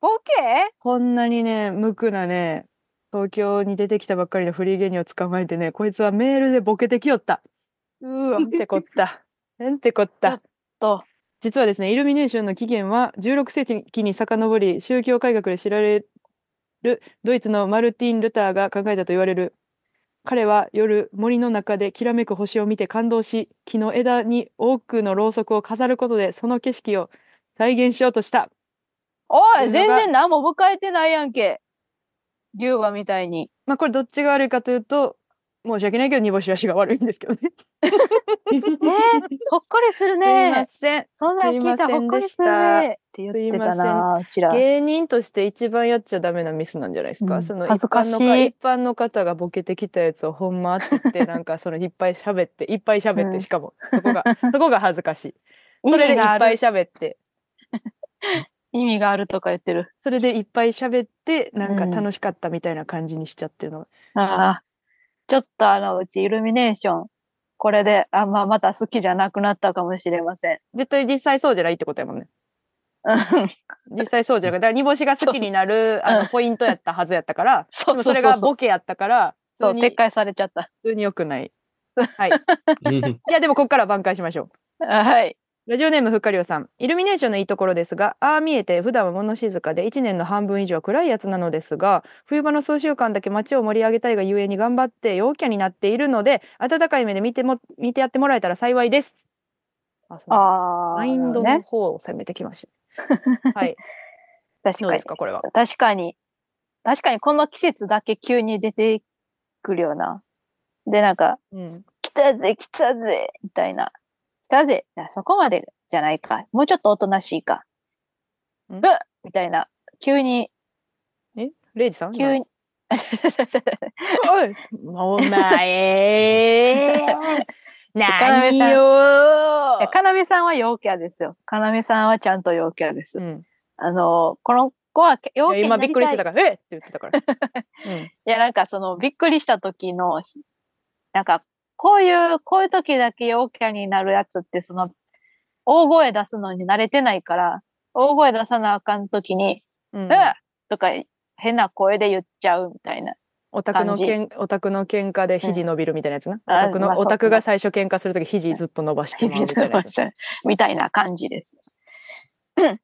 [SPEAKER 2] ボケ
[SPEAKER 1] こんなにね、無垢なね、東京に出てきたばっかりのフリー芸人を捕まえてね、こいつはメールでボケてきよった。
[SPEAKER 2] う
[SPEAKER 1] な
[SPEAKER 2] わ
[SPEAKER 1] んてこ った。なんてこっ
[SPEAKER 2] ちょ
[SPEAKER 1] た
[SPEAKER 2] っ。と
[SPEAKER 1] 実はですね、イルミネーションの起源は16世紀に遡り、宗教改革で知られるドイツのマルティン・ルターが考えたと言われる。彼は夜森の中できらめく星を見て感動し、木の枝に多くのろうそくを飾ることでその景色を再現しようとした。
[SPEAKER 2] お
[SPEAKER 1] い
[SPEAKER 2] いう
[SPEAKER 1] のが
[SPEAKER 2] 全然何も迎えてないやんけ牛馬みたいに
[SPEAKER 1] まあこれどっちが悪いかというと申し訳ないけど煮干し足が悪いんですけどね。
[SPEAKER 2] えー、ほっこりする
[SPEAKER 1] すいま
[SPEAKER 2] ね
[SPEAKER 1] せん。
[SPEAKER 2] そんなん聞いたらほっこりするねって言っ
[SPEAKER 1] すい
[SPEAKER 2] て
[SPEAKER 1] ません
[SPEAKER 2] たなうちら
[SPEAKER 1] 芸人として一番やっちゃダメなミスなんじゃないですか。
[SPEAKER 2] うん
[SPEAKER 1] その
[SPEAKER 2] 恥ずかしい
[SPEAKER 1] 一般のか一般の方がボケてきたやつをほんまって言 ってなんかそのいっぱい喋っていっぱい喋っ
[SPEAKER 2] う
[SPEAKER 1] て
[SPEAKER 2] ん
[SPEAKER 1] しかもそ こがそこが恥ずかしい。
[SPEAKER 2] 意
[SPEAKER 1] それで
[SPEAKER 2] 味
[SPEAKER 1] いっ
[SPEAKER 2] があ
[SPEAKER 1] ぱい
[SPEAKER 2] る
[SPEAKER 1] 喋って
[SPEAKER 2] 意味があるとか言ってる
[SPEAKER 1] それでいっぱい喋ってなんか
[SPEAKER 2] うん
[SPEAKER 1] 楽しかったみたいな感じにしちゃってるのが。
[SPEAKER 2] ああ、ちょっとあの、うちイルミネーション、これで、あんままた好きじゃなくなったかもしれません。
[SPEAKER 1] 絶対実際そうじゃないってことやもんね。
[SPEAKER 2] うん
[SPEAKER 1] 実際そうじゃなくてだから煮干しが好きになるあ
[SPEAKER 2] う
[SPEAKER 1] のポイントやったはずやったから。
[SPEAKER 2] そ
[SPEAKER 1] で
[SPEAKER 2] う
[SPEAKER 1] もそ
[SPEAKER 2] そ
[SPEAKER 1] うれ
[SPEAKER 2] そう
[SPEAKER 1] が
[SPEAKER 2] そう。
[SPEAKER 1] ボケやったから、
[SPEAKER 2] そう
[SPEAKER 1] 普通に
[SPEAKER 2] 撤回されちゃった。
[SPEAKER 1] 普通に良くない。はい。 いや、でもここから挽回しましょう。
[SPEAKER 2] あはい。
[SPEAKER 1] ラジオネームふっかりょうさん。イルミネーションのいいところですが、ああ見えて普段は物静かで1年の半分以上は暗いやつなのですが、冬場の数週間だけ街を盛り上げたいがゆえに頑張って陽キャになっているので、温かい目で見ても、見てやってもらえたら幸いです。あ、そうなんだ
[SPEAKER 2] ああ、
[SPEAKER 1] マインドの
[SPEAKER 2] ね。
[SPEAKER 1] 方を攻めてきました。 はい。
[SPEAKER 2] 確
[SPEAKER 1] どう
[SPEAKER 2] か
[SPEAKER 1] で
[SPEAKER 2] に
[SPEAKER 1] す。か、これは。
[SPEAKER 2] 確かに。確かにこの季節だけ急に出てくるような。で、なんか、
[SPEAKER 1] うん。
[SPEAKER 2] 来たぜ、来たぜ、みたいな。来たぜ。いやそこまでじゃないか。もうちょっとおとなしいか。
[SPEAKER 1] ん
[SPEAKER 2] うっみたいな。急に、
[SPEAKER 1] レイジさん
[SPEAKER 2] 急に。
[SPEAKER 1] おい お前何
[SPEAKER 2] 要
[SPEAKER 1] よ
[SPEAKER 2] かなめさんは陽キャですよ。かなめさんはちゃんと陽キャです。
[SPEAKER 1] うん、
[SPEAKER 2] あの、この子は陽キ
[SPEAKER 1] い
[SPEAKER 2] ャ
[SPEAKER 1] や
[SPEAKER 2] に
[SPEAKER 1] 今
[SPEAKER 2] なりた
[SPEAKER 1] び
[SPEAKER 2] い
[SPEAKER 1] っくりしてたから「えっ!」って言ってた から。うん
[SPEAKER 2] いや、なんかその、びっくりした時の、なんか、こういう、こういう時だけ陽キャになるやつって、その、大声出すのに慣れてないから、大声出さなあかん時に、
[SPEAKER 1] うん
[SPEAKER 2] うん、とか、変な声で言っちゃうみたいな。
[SPEAKER 1] オタクの
[SPEAKER 2] 感じ
[SPEAKER 1] けんオタクの喧嘩で肘伸びるみたいなやつな。
[SPEAKER 2] あ
[SPEAKER 1] オタク
[SPEAKER 2] まあ
[SPEAKER 1] の
[SPEAKER 2] そう
[SPEAKER 1] オタクが最初喧嘩するとき肘ずっと伸ばしてもらうみたいな やつ。
[SPEAKER 2] みたいな感じです。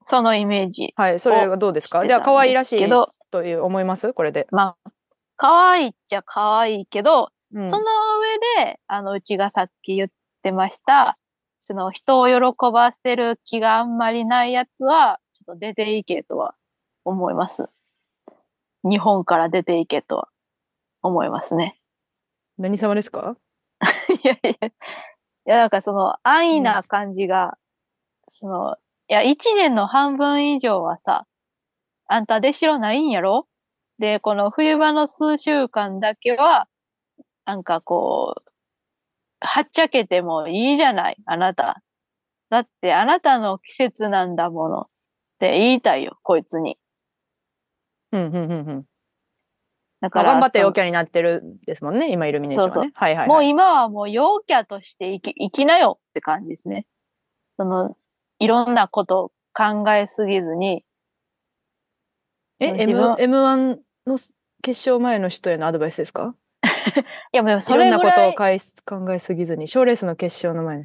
[SPEAKER 2] そのイメージ。
[SPEAKER 1] はい、それがどうですか。じゃあ可愛らし
[SPEAKER 2] してた
[SPEAKER 1] い
[SPEAKER 2] んですけど、
[SPEAKER 1] という思いますこれで。
[SPEAKER 2] まあ、可愛いっちゃ可愛いけど、
[SPEAKER 1] うん
[SPEAKER 2] その上で、あの、うちがさっき言ってました、その人を喜ばせる気があんまりないやつは、ちょっと出ていけとは思います。日本から出ていけとは思いますね。
[SPEAKER 1] 何様ですか。
[SPEAKER 2] いやいや、いや、なんかその安易な感じが、その、いや、一年の半分以上はさ、あんた出しろないんやろで、この冬場の数週間だけは、なんかこう、はっちゃけてもいいじゃない、あなた。だってあなたの季節なんだものって言いたいよ、こいつに。
[SPEAKER 1] うんうんうんうん。
[SPEAKER 2] だか
[SPEAKER 1] まあ
[SPEAKER 2] ら、
[SPEAKER 1] 頑張って
[SPEAKER 2] その
[SPEAKER 1] 陽キャになってるですもんね。今イルミネーションは
[SPEAKER 2] そうそ
[SPEAKER 1] ね。はいはい
[SPEAKER 2] もう
[SPEAKER 1] はい。
[SPEAKER 2] 今はもう陽キャとして生き生きなよって感じですね。その、いろんなことを考えすぎずに、
[SPEAKER 1] え、
[SPEAKER 2] 自
[SPEAKER 1] M
[SPEAKER 2] 分
[SPEAKER 1] M1 の決勝前の人へのアドバイスですか。
[SPEAKER 2] いやでも
[SPEAKER 1] い
[SPEAKER 2] そ
[SPEAKER 1] ろん
[SPEAKER 2] れ
[SPEAKER 1] な
[SPEAKER 2] ぐ
[SPEAKER 1] こと
[SPEAKER 2] ら
[SPEAKER 1] を
[SPEAKER 2] い
[SPEAKER 1] かい考えすぎずに、賞レースの決勝の前に。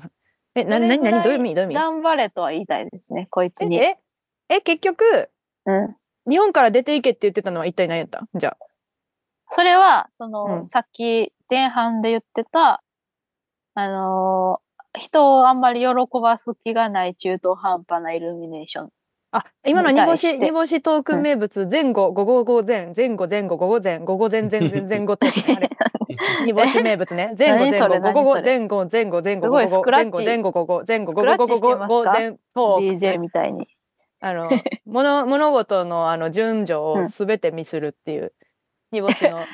[SPEAKER 1] え、な
[SPEAKER 2] それぐらい
[SPEAKER 1] 何何どういう意味どういう意
[SPEAKER 2] 頑張れとは言いたいですね、こいつ
[SPEAKER 1] 味。
[SPEAKER 2] に。
[SPEAKER 1] え、ええ結局
[SPEAKER 2] うん。
[SPEAKER 1] 日本から出ていけって言ってたのは一体何やった？じゃあ。
[SPEAKER 2] それは、そ
[SPEAKER 1] う
[SPEAKER 2] の、
[SPEAKER 1] ん
[SPEAKER 2] さっき前半で言ってた、あのー人をあんまり喜ばす気がない中途半端なイルミネーション。
[SPEAKER 1] あ、今の煮干
[SPEAKER 2] に対し
[SPEAKER 1] して煮干しトークン名物前後午後午前前後前後午後前午後前前前前 後トークンあれ煮干し名物ね前後
[SPEAKER 2] 何
[SPEAKER 1] 前
[SPEAKER 2] そ
[SPEAKER 1] 後
[SPEAKER 2] れ
[SPEAKER 1] 午後
[SPEAKER 2] 何それ
[SPEAKER 1] 前後前後前後
[SPEAKER 2] すごい
[SPEAKER 1] 午
[SPEAKER 2] ス
[SPEAKER 1] 後
[SPEAKER 2] クラ
[SPEAKER 1] 前
[SPEAKER 2] ッ
[SPEAKER 1] 後
[SPEAKER 2] チ
[SPEAKER 1] 前後午後前後
[SPEAKER 2] スク
[SPEAKER 1] 午
[SPEAKER 2] ラッ
[SPEAKER 1] 後
[SPEAKER 2] チ
[SPEAKER 1] 午後午
[SPEAKER 2] してます
[SPEAKER 1] 後
[SPEAKER 2] か
[SPEAKER 1] 前トーク
[SPEAKER 2] DJ みたいに。
[SPEAKER 1] あの物物事のあの順序
[SPEAKER 2] う
[SPEAKER 1] を
[SPEAKER 2] ん
[SPEAKER 1] すべて見するっていう煮干し のい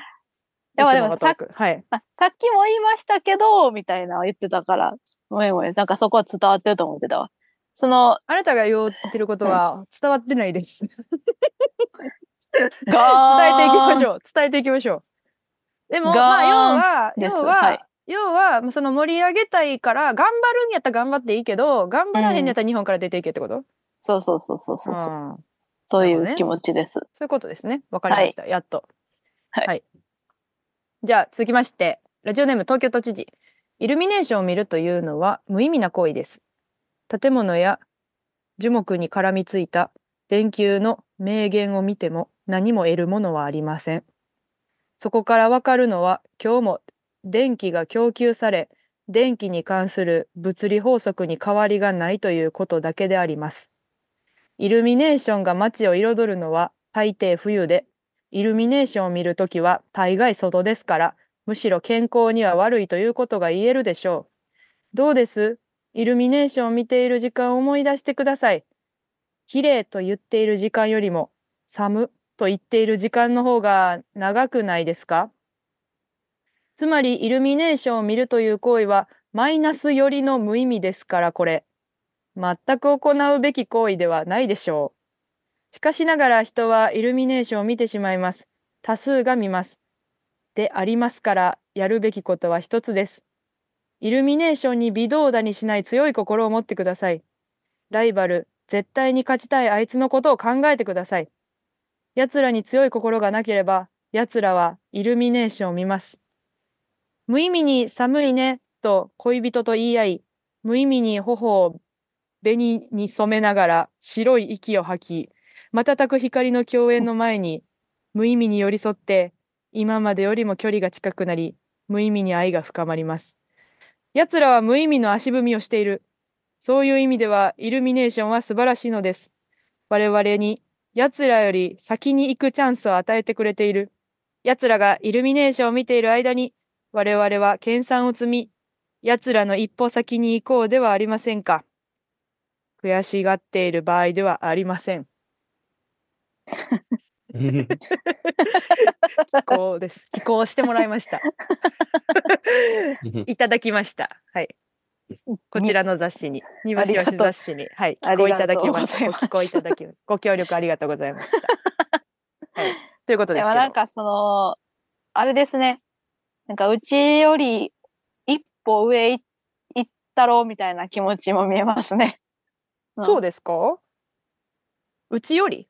[SPEAKER 2] でも
[SPEAKER 1] つものトークはい
[SPEAKER 2] あ、さっきも言いましたけど、みたいな言ってたから、ごめんごめん。なんかそこは伝わってると思ってたわ。その、
[SPEAKER 1] あなたが言ってることは伝わってないです伝 えていき
[SPEAKER 2] 伝えていき
[SPEAKER 1] ましょう伝えていきましょうでも
[SPEAKER 2] ガーン
[SPEAKER 1] まあ要は
[SPEAKER 2] で
[SPEAKER 1] 要
[SPEAKER 2] す
[SPEAKER 1] は、
[SPEAKER 2] はい
[SPEAKER 1] 要はまあその盛り上げたいから頑張るんやったら頑張っていいけど頑張らへんやったら日本から出ていけってこと、
[SPEAKER 2] そうそうそうそうそう。う
[SPEAKER 1] あー
[SPEAKER 2] そうい
[SPEAKER 1] なるほど
[SPEAKER 2] う
[SPEAKER 1] ね
[SPEAKER 2] 気持ちです。
[SPEAKER 1] そういうことですねわかりました、やっと
[SPEAKER 2] はい
[SPEAKER 1] じゃあ続きましてラジオネーム東京都知事イルミネーションを見るというのは無意味な行為です建物や樹木に絡みついた電球の名言を見ても何も得るものはありませんそこからわかるのは今日も電気が供給され電気に関する物理法則に変わりがないということだけでありますイルミネーションが街を彩るのは大抵冬でイルミネーションを見るときは大概外ですからむしろ健康には悪いということが言えるでしょうどうですイルミネーションを見ている時間を思い出してください綺麗と言っている時間よりも寒と言っている時間の方が長くないですかつまりイルミネーションを見るという行為はマイナス寄りの無意味ですからこれ全く行うべき行為ではないでしょうしかしながら人はイルミネーションを見てしまいます多数が見ますでありますからやるべきことは一つですイルミネーションに微動だにしない強い心を持ってくださいライバル絶対に勝ちたいあいつのことを考えてください奴らに強い心がなければ奴らはイルミネーションを見ます無意味に寒いねと恋人と言い合い無意味に頬を紅に染めながら白い息を吐き瞬く光の共演の前に無意味に寄り添って今までよりも距離が近くなり無意味に愛が深まります奴らは無意味の足踏みをしているそういう意味ではイルミネーションは素晴らしいのです我々に奴らより先に行くチャンスを与えてくれている奴らがイルミネーションを見ている間に我々は研鑽を積み奴らの一歩先に行こうではありませんか悔しがっている場合ではありません。 寄稿 です。寄稿してもらいました。いただきました。はい。こちらの雑誌に、にわ
[SPEAKER 2] あ
[SPEAKER 1] し
[SPEAKER 2] り
[SPEAKER 1] わ
[SPEAKER 2] がとう
[SPEAKER 1] し雑誌に、はい、聞こえいただきまし
[SPEAKER 2] あ
[SPEAKER 1] た。
[SPEAKER 2] り
[SPEAKER 1] ご
[SPEAKER 2] が
[SPEAKER 1] 聞こ
[SPEAKER 2] とうご
[SPEAKER 1] え
[SPEAKER 2] ざいます
[SPEAKER 1] いただき、ご協力ありがとうございました。はい、ということ
[SPEAKER 2] で
[SPEAKER 1] です
[SPEAKER 2] も
[SPEAKER 1] け
[SPEAKER 2] なん
[SPEAKER 1] ど、
[SPEAKER 2] かその、あれですね。なんかうちより一歩上い行ったろうみたいな気持ちも見えますね。
[SPEAKER 1] そう
[SPEAKER 2] で
[SPEAKER 1] ですかうちより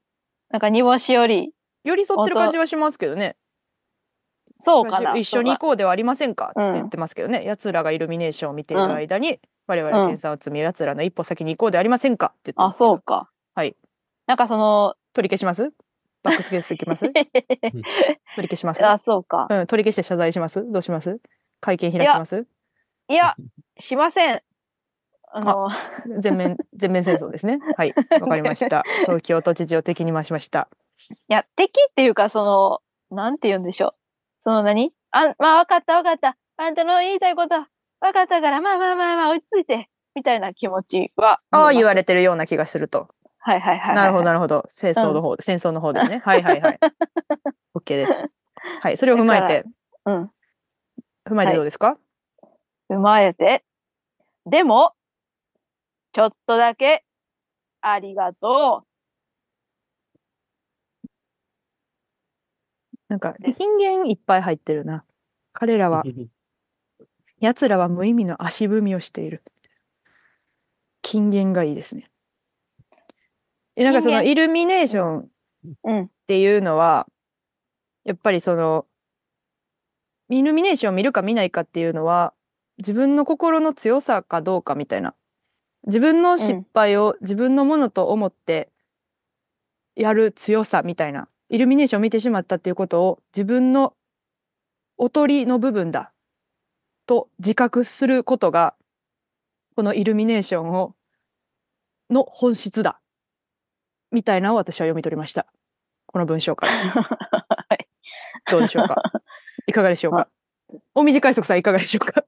[SPEAKER 2] なんか煮干しより、
[SPEAKER 1] 寄り添ってる感じはしますけどね。
[SPEAKER 2] そうかな。
[SPEAKER 1] 一緒に行
[SPEAKER 2] こ
[SPEAKER 1] こうではありませんかって
[SPEAKER 2] うん
[SPEAKER 1] 言ってますけどね、奴らがイルミネーションを見ている間に、我々
[SPEAKER 2] うん
[SPEAKER 1] 研鑽を積み、奴らの一歩先に行こうではありませんかって言って
[SPEAKER 2] あ、
[SPEAKER 1] ますけど
[SPEAKER 2] そうか。
[SPEAKER 1] はい。
[SPEAKER 2] なんかその、
[SPEAKER 1] 取り消しますバックスペース行きます 取り消します
[SPEAKER 2] あ、そうか。
[SPEAKER 1] うん、取り消して謝罪しますどうします会見開きます
[SPEAKER 2] いや、しません。あの、
[SPEAKER 1] 全面、 全面戦争ですね。はい、わかりました。東京都知事を敵に回しま した。
[SPEAKER 2] いや、敵っていうか、その、なんて言うんでしょう。その何あ、まあ、わかったわかった。あんたの言いたいことはわかったから、まあまあまあまあ、落ち着いて。みたいな気持ちは。
[SPEAKER 1] ああ、言わ
[SPEAKER 2] れ。
[SPEAKER 1] れてるような気がすると。
[SPEAKER 2] はいはいはいはい。
[SPEAKER 1] なるほど、なるほど。戦争の方、戦争の方ですね。はいはい はい。OK です。はい、それを踏まえて、
[SPEAKER 2] ど。うん。
[SPEAKER 1] 踏まえてどうですか、
[SPEAKER 2] 踏まえて。でも、ちょっとだけ、ありがと
[SPEAKER 1] なんか、
[SPEAKER 2] です
[SPEAKER 1] 人間いっぱい入ってるな。彼らは、奴らは無意味の足踏みをしている。金言がいいですね。えなんかその
[SPEAKER 2] 金言
[SPEAKER 1] イルミネーションっ
[SPEAKER 2] う。うん。
[SPEAKER 1] ていうのは、やっぱりその、イルミネーションを見るか見ないかっていうのは、自分の心の強さかどうかみたいな。自分の失敗を自分のものと思ってやる強さみたいな。イルミネーションを見てしまったっていうことを自分のおとりの部分だと自覚することがこのイルミネーションをの本質だみたいなのを私は読み取りましたこの文章から
[SPEAKER 2] はい
[SPEAKER 1] どうでしょ うかいかがでしょうか大短快速さんいかがでしょうか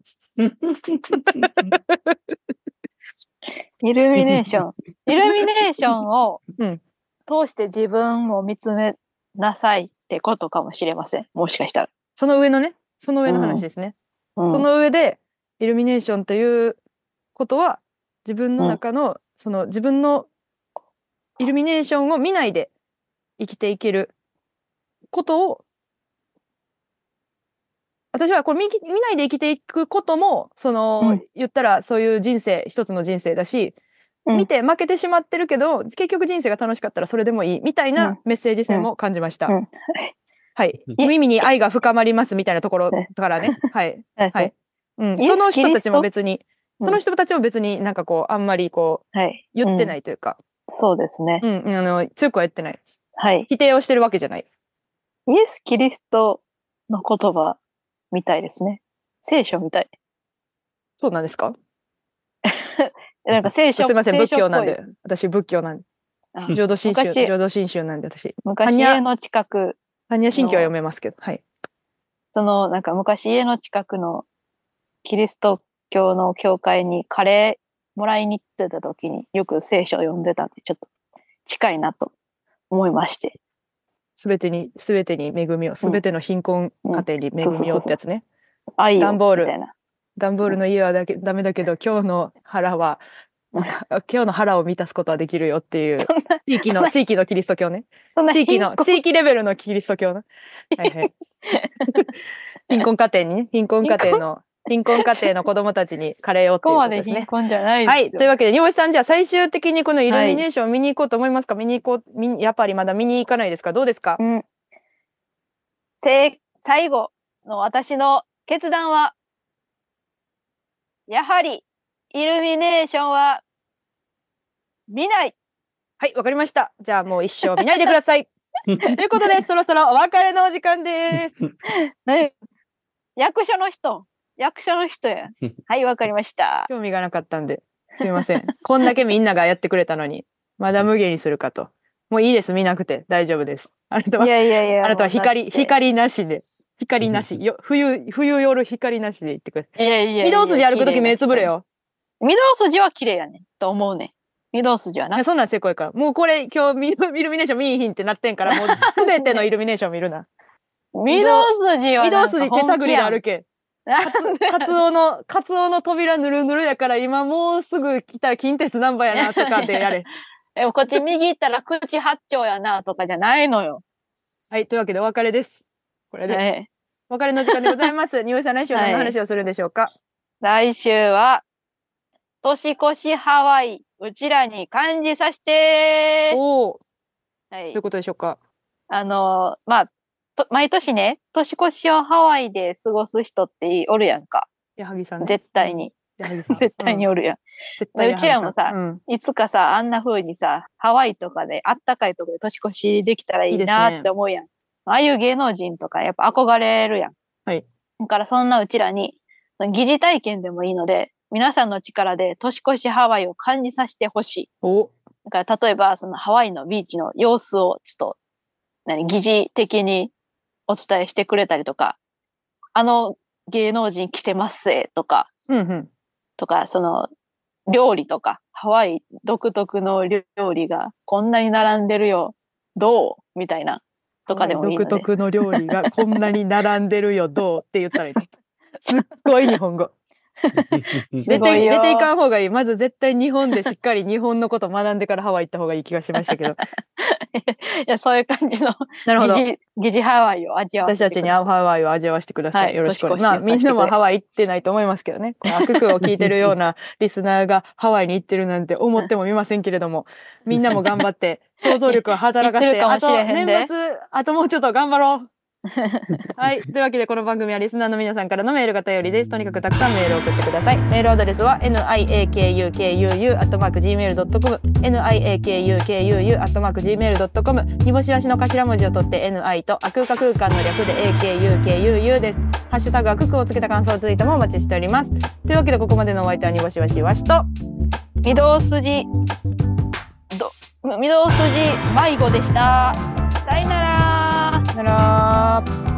[SPEAKER 2] イルミネー ション。イルミネーションを
[SPEAKER 1] うん
[SPEAKER 2] 通して自分を見つめなさいってことかもしれません。もしかしたら。
[SPEAKER 1] その上のねその上の
[SPEAKER 2] うん
[SPEAKER 1] 話ですね、
[SPEAKER 2] うん
[SPEAKER 1] その上でイルミネーションということは自分の中の、その自分のイルミネーションを見ないで生きていけることを私はこれ見き見ないで生きていくこともその、
[SPEAKER 2] うん
[SPEAKER 1] 言ったらそういう人生一つの人生だし、
[SPEAKER 2] うん
[SPEAKER 1] 見て負けてしまってるけど結局人生が楽しかったらそれでもいいみたいうなんメッセージ性も感じました。
[SPEAKER 2] うん
[SPEAKER 1] はい、
[SPEAKER 3] うん
[SPEAKER 1] 無意味に愛が深まりますみたいなところからね、はい、
[SPEAKER 2] はい
[SPEAKER 1] はい。うん、
[SPEAKER 2] イエス
[SPEAKER 1] その人たちも
[SPEAKER 2] キリ
[SPEAKER 1] 別に、
[SPEAKER 2] うん
[SPEAKER 1] その人たちも別になんかこう、あんまりこ
[SPEAKER 2] はい。。
[SPEAKER 1] う、言ってないいというか、
[SPEAKER 2] そうですね。
[SPEAKER 1] うん、あの、強くは言ってない。
[SPEAKER 2] はい。
[SPEAKER 1] 否定をしてるわけじゃない。
[SPEAKER 2] イエス・キリストの言葉みたいですね。聖書みたい。
[SPEAKER 1] そうなんですか
[SPEAKER 2] なんか聖
[SPEAKER 1] す
[SPEAKER 2] 書
[SPEAKER 1] いません、
[SPEAKER 2] 聖
[SPEAKER 1] 仏
[SPEAKER 2] 書っぽ
[SPEAKER 1] 教
[SPEAKER 2] い
[SPEAKER 1] なんで。
[SPEAKER 2] すね
[SPEAKER 1] 私、仏教なんで
[SPEAKER 2] あ。
[SPEAKER 1] 浄土真宗、
[SPEAKER 2] 昔
[SPEAKER 1] 浄土真宗なんで私。
[SPEAKER 2] 昔
[SPEAKER 1] 般若
[SPEAKER 2] 家の近く、
[SPEAKER 1] 般若心経は読めますけど、はい。
[SPEAKER 2] そのなんか昔家の近くのキリスト教の教会にカレーもらいに行ってた時によく聖書を読んでたんで、ちょっと近いなと思いまして。
[SPEAKER 1] すべてに、すべてに恵みを、すべての貧困家庭に恵
[SPEAKER 2] うんそうそう
[SPEAKER 1] み
[SPEAKER 2] そ
[SPEAKER 1] を
[SPEAKER 2] う
[SPEAKER 1] ってやつね。
[SPEAKER 2] 愛を
[SPEAKER 1] 段ボール
[SPEAKER 2] みたいな。
[SPEAKER 1] 段ボールの家はだけダメだけど、今日の腹は、
[SPEAKER 2] うん
[SPEAKER 1] 今日の腹を満たすことはできるよっていう、
[SPEAKER 2] そんな、
[SPEAKER 1] 地域
[SPEAKER 2] そん
[SPEAKER 1] の、
[SPEAKER 2] な
[SPEAKER 1] 地域のキリスト教ね。
[SPEAKER 2] そんな
[SPEAKER 1] 地域の
[SPEAKER 2] 貧困
[SPEAKER 1] 地域レベルのキリスト教の、はい はい、貧困家庭にね貧困家庭の貧困家庭の子供たちにカレーをって
[SPEAKER 2] こ
[SPEAKER 1] いう
[SPEAKER 2] こ
[SPEAKER 1] こ
[SPEAKER 2] ま
[SPEAKER 1] と
[SPEAKER 2] で
[SPEAKER 1] です
[SPEAKER 2] 貧
[SPEAKER 1] ね。
[SPEAKER 2] 困じゃない
[SPEAKER 1] は
[SPEAKER 2] で
[SPEAKER 1] いと
[SPEAKER 2] す
[SPEAKER 1] いう
[SPEAKER 2] よ。
[SPEAKER 1] わけで、におしさん、じゃあ最終的にこのイルミネーションを見に行こうと思いますか、見に行こう見に、やっぱりまだ見に行かないですか、どうですか、
[SPEAKER 2] うん。せ最後の私の決断は、やはり、イルミネーションは、見ない
[SPEAKER 1] はい、わかりました。じゃあもう一生見ないでくださ い。ということで、そろそろお別れのお時間です。
[SPEAKER 2] 何役所の人役所の人 や。はい、わかりました。
[SPEAKER 1] 興味がなかったんで、すみません。こんだけみんながやってくれたのに、まだ無限にするかと。もういいです、見なくて大丈夫です。あなたはい
[SPEAKER 2] やいやいや。
[SPEAKER 1] あなたは
[SPEAKER 2] も
[SPEAKER 1] 光、
[SPEAKER 2] うだって。
[SPEAKER 1] 光なしで。光なし。よ冬、冬夜光なしで行ってくださ
[SPEAKER 2] いやいやいや
[SPEAKER 1] い。御堂筋歩くとき目つぶれ。
[SPEAKER 2] 綺麗な
[SPEAKER 1] よ。
[SPEAKER 2] 人御堂筋は綺麗やね。と思うね。御堂筋はいな
[SPEAKER 1] や。そんなんせこいから。もうこれ今日ミルイルミネーション見いひんってなってんから、 もうすべてのイルミネーション見るな。
[SPEAKER 2] 御堂筋は
[SPEAKER 1] 御
[SPEAKER 2] な
[SPEAKER 1] 堂筋
[SPEAKER 2] んか本気やん。
[SPEAKER 1] 手探りで歩け。カツオの、カツオの扉ぬるぬるやから、今もうすぐ来たら近鉄ナンバーやなとかで やれ。
[SPEAKER 2] え、こっち右行ったら口八丁やなとかじゃないのよ。
[SPEAKER 1] はい、というわけでお別れです。これで、
[SPEAKER 2] ええ
[SPEAKER 1] お別れの時間でござい ます。ニオさん、来週は何の
[SPEAKER 2] はい
[SPEAKER 1] 話をするんでしょうか。
[SPEAKER 2] 来週は、年越しハワイ、うちらに感じさせて
[SPEAKER 1] おお、
[SPEAKER 2] は
[SPEAKER 1] と
[SPEAKER 2] い
[SPEAKER 1] いう。ことでしょうか。
[SPEAKER 2] あのーまあ、と毎年ね、年越しをハワイで過ごす人っておるやんか。
[SPEAKER 1] 矢作さんね。
[SPEAKER 2] 絶対に。
[SPEAKER 1] 矢作さん。
[SPEAKER 2] 絶対に
[SPEAKER 1] うん
[SPEAKER 2] おるやん。
[SPEAKER 1] 絶対に矢作
[SPEAKER 2] うちらもさ
[SPEAKER 1] うん
[SPEAKER 2] いつかさ、あんな風にさ、ハワイとかであったかいとこで年越しできたらい
[SPEAKER 1] いい
[SPEAKER 2] い
[SPEAKER 1] です
[SPEAKER 2] な
[SPEAKER 1] ね
[SPEAKER 2] って思うやん。ああいう芸能人とかやっぱ憧れるやん。
[SPEAKER 1] はい。
[SPEAKER 2] だからそんなうちらに、その疑似体験でもいいので、皆さんの力で年越しハワイを感じさせてほしい。
[SPEAKER 1] お、
[SPEAKER 2] だから例えば、そのハワイのビーチの様子をちょっと、何、疑似的にお伝えしてくれたりとか、あの芸能人来てますぜとか、
[SPEAKER 1] うんうん。
[SPEAKER 2] とか、その、料理とか、ハワイ独特の料理がこんなに並んでるよ、どうみたいな、とかでもいいの
[SPEAKER 1] 独
[SPEAKER 2] で。
[SPEAKER 1] 特の料理がこんなに並んでるよ、どうって言ったらいいの。 すっごい日本語。
[SPEAKER 2] ごい
[SPEAKER 1] 出
[SPEAKER 2] よ
[SPEAKER 1] て出ていかん方がいい。まず絶対日本でしっかり日本のこと学んでからハワイ行った方がいい気がしましたけど。
[SPEAKER 2] いやそういう感じの
[SPEAKER 1] なるほど。
[SPEAKER 2] 疑似疑似ハワイを味わわ
[SPEAKER 1] 私
[SPEAKER 2] せ
[SPEAKER 1] た
[SPEAKER 2] て
[SPEAKER 1] ち
[SPEAKER 2] く
[SPEAKER 1] に
[SPEAKER 2] ださ
[SPEAKER 1] 合
[SPEAKER 2] い
[SPEAKER 1] うハワイを味わわせてください。
[SPEAKER 2] はい
[SPEAKER 1] よろしくお願いし
[SPEAKER 2] 年
[SPEAKER 1] ます。ま
[SPEAKER 2] 越し
[SPEAKER 1] あ、みんな
[SPEAKER 2] させてく
[SPEAKER 1] も
[SPEAKER 2] れ
[SPEAKER 1] ハワイ行ってないと思いますけどね。この悪句を聞いてるようなリスナーがハワイに行ってるなんて思ってもみませんけれども、みんなも頑張って、想像力を働かせて、
[SPEAKER 2] 行っ
[SPEAKER 1] あ
[SPEAKER 2] て
[SPEAKER 1] と
[SPEAKER 2] るかもしれへんで
[SPEAKER 1] 年末、あともうちょっと頑張ろ う。はい。というわけで、この番組はリスナーの皆さんからのメールが頼りです。とにかくたくさんメールを送ってください。メールアドレスは niakukuu.gmail.com niakukuu.gmail.com 煮干しわしの頭文字を取って ni とあ空間空間の略で akukuu です。ハッシュタグはククをつけた感想をツイートもお待ちしております。というわけで、ここまでのお相手は煮干しわしわしと、
[SPEAKER 2] 御堂筋ど御堂筋迷子でしたさよなら
[SPEAKER 1] さよなら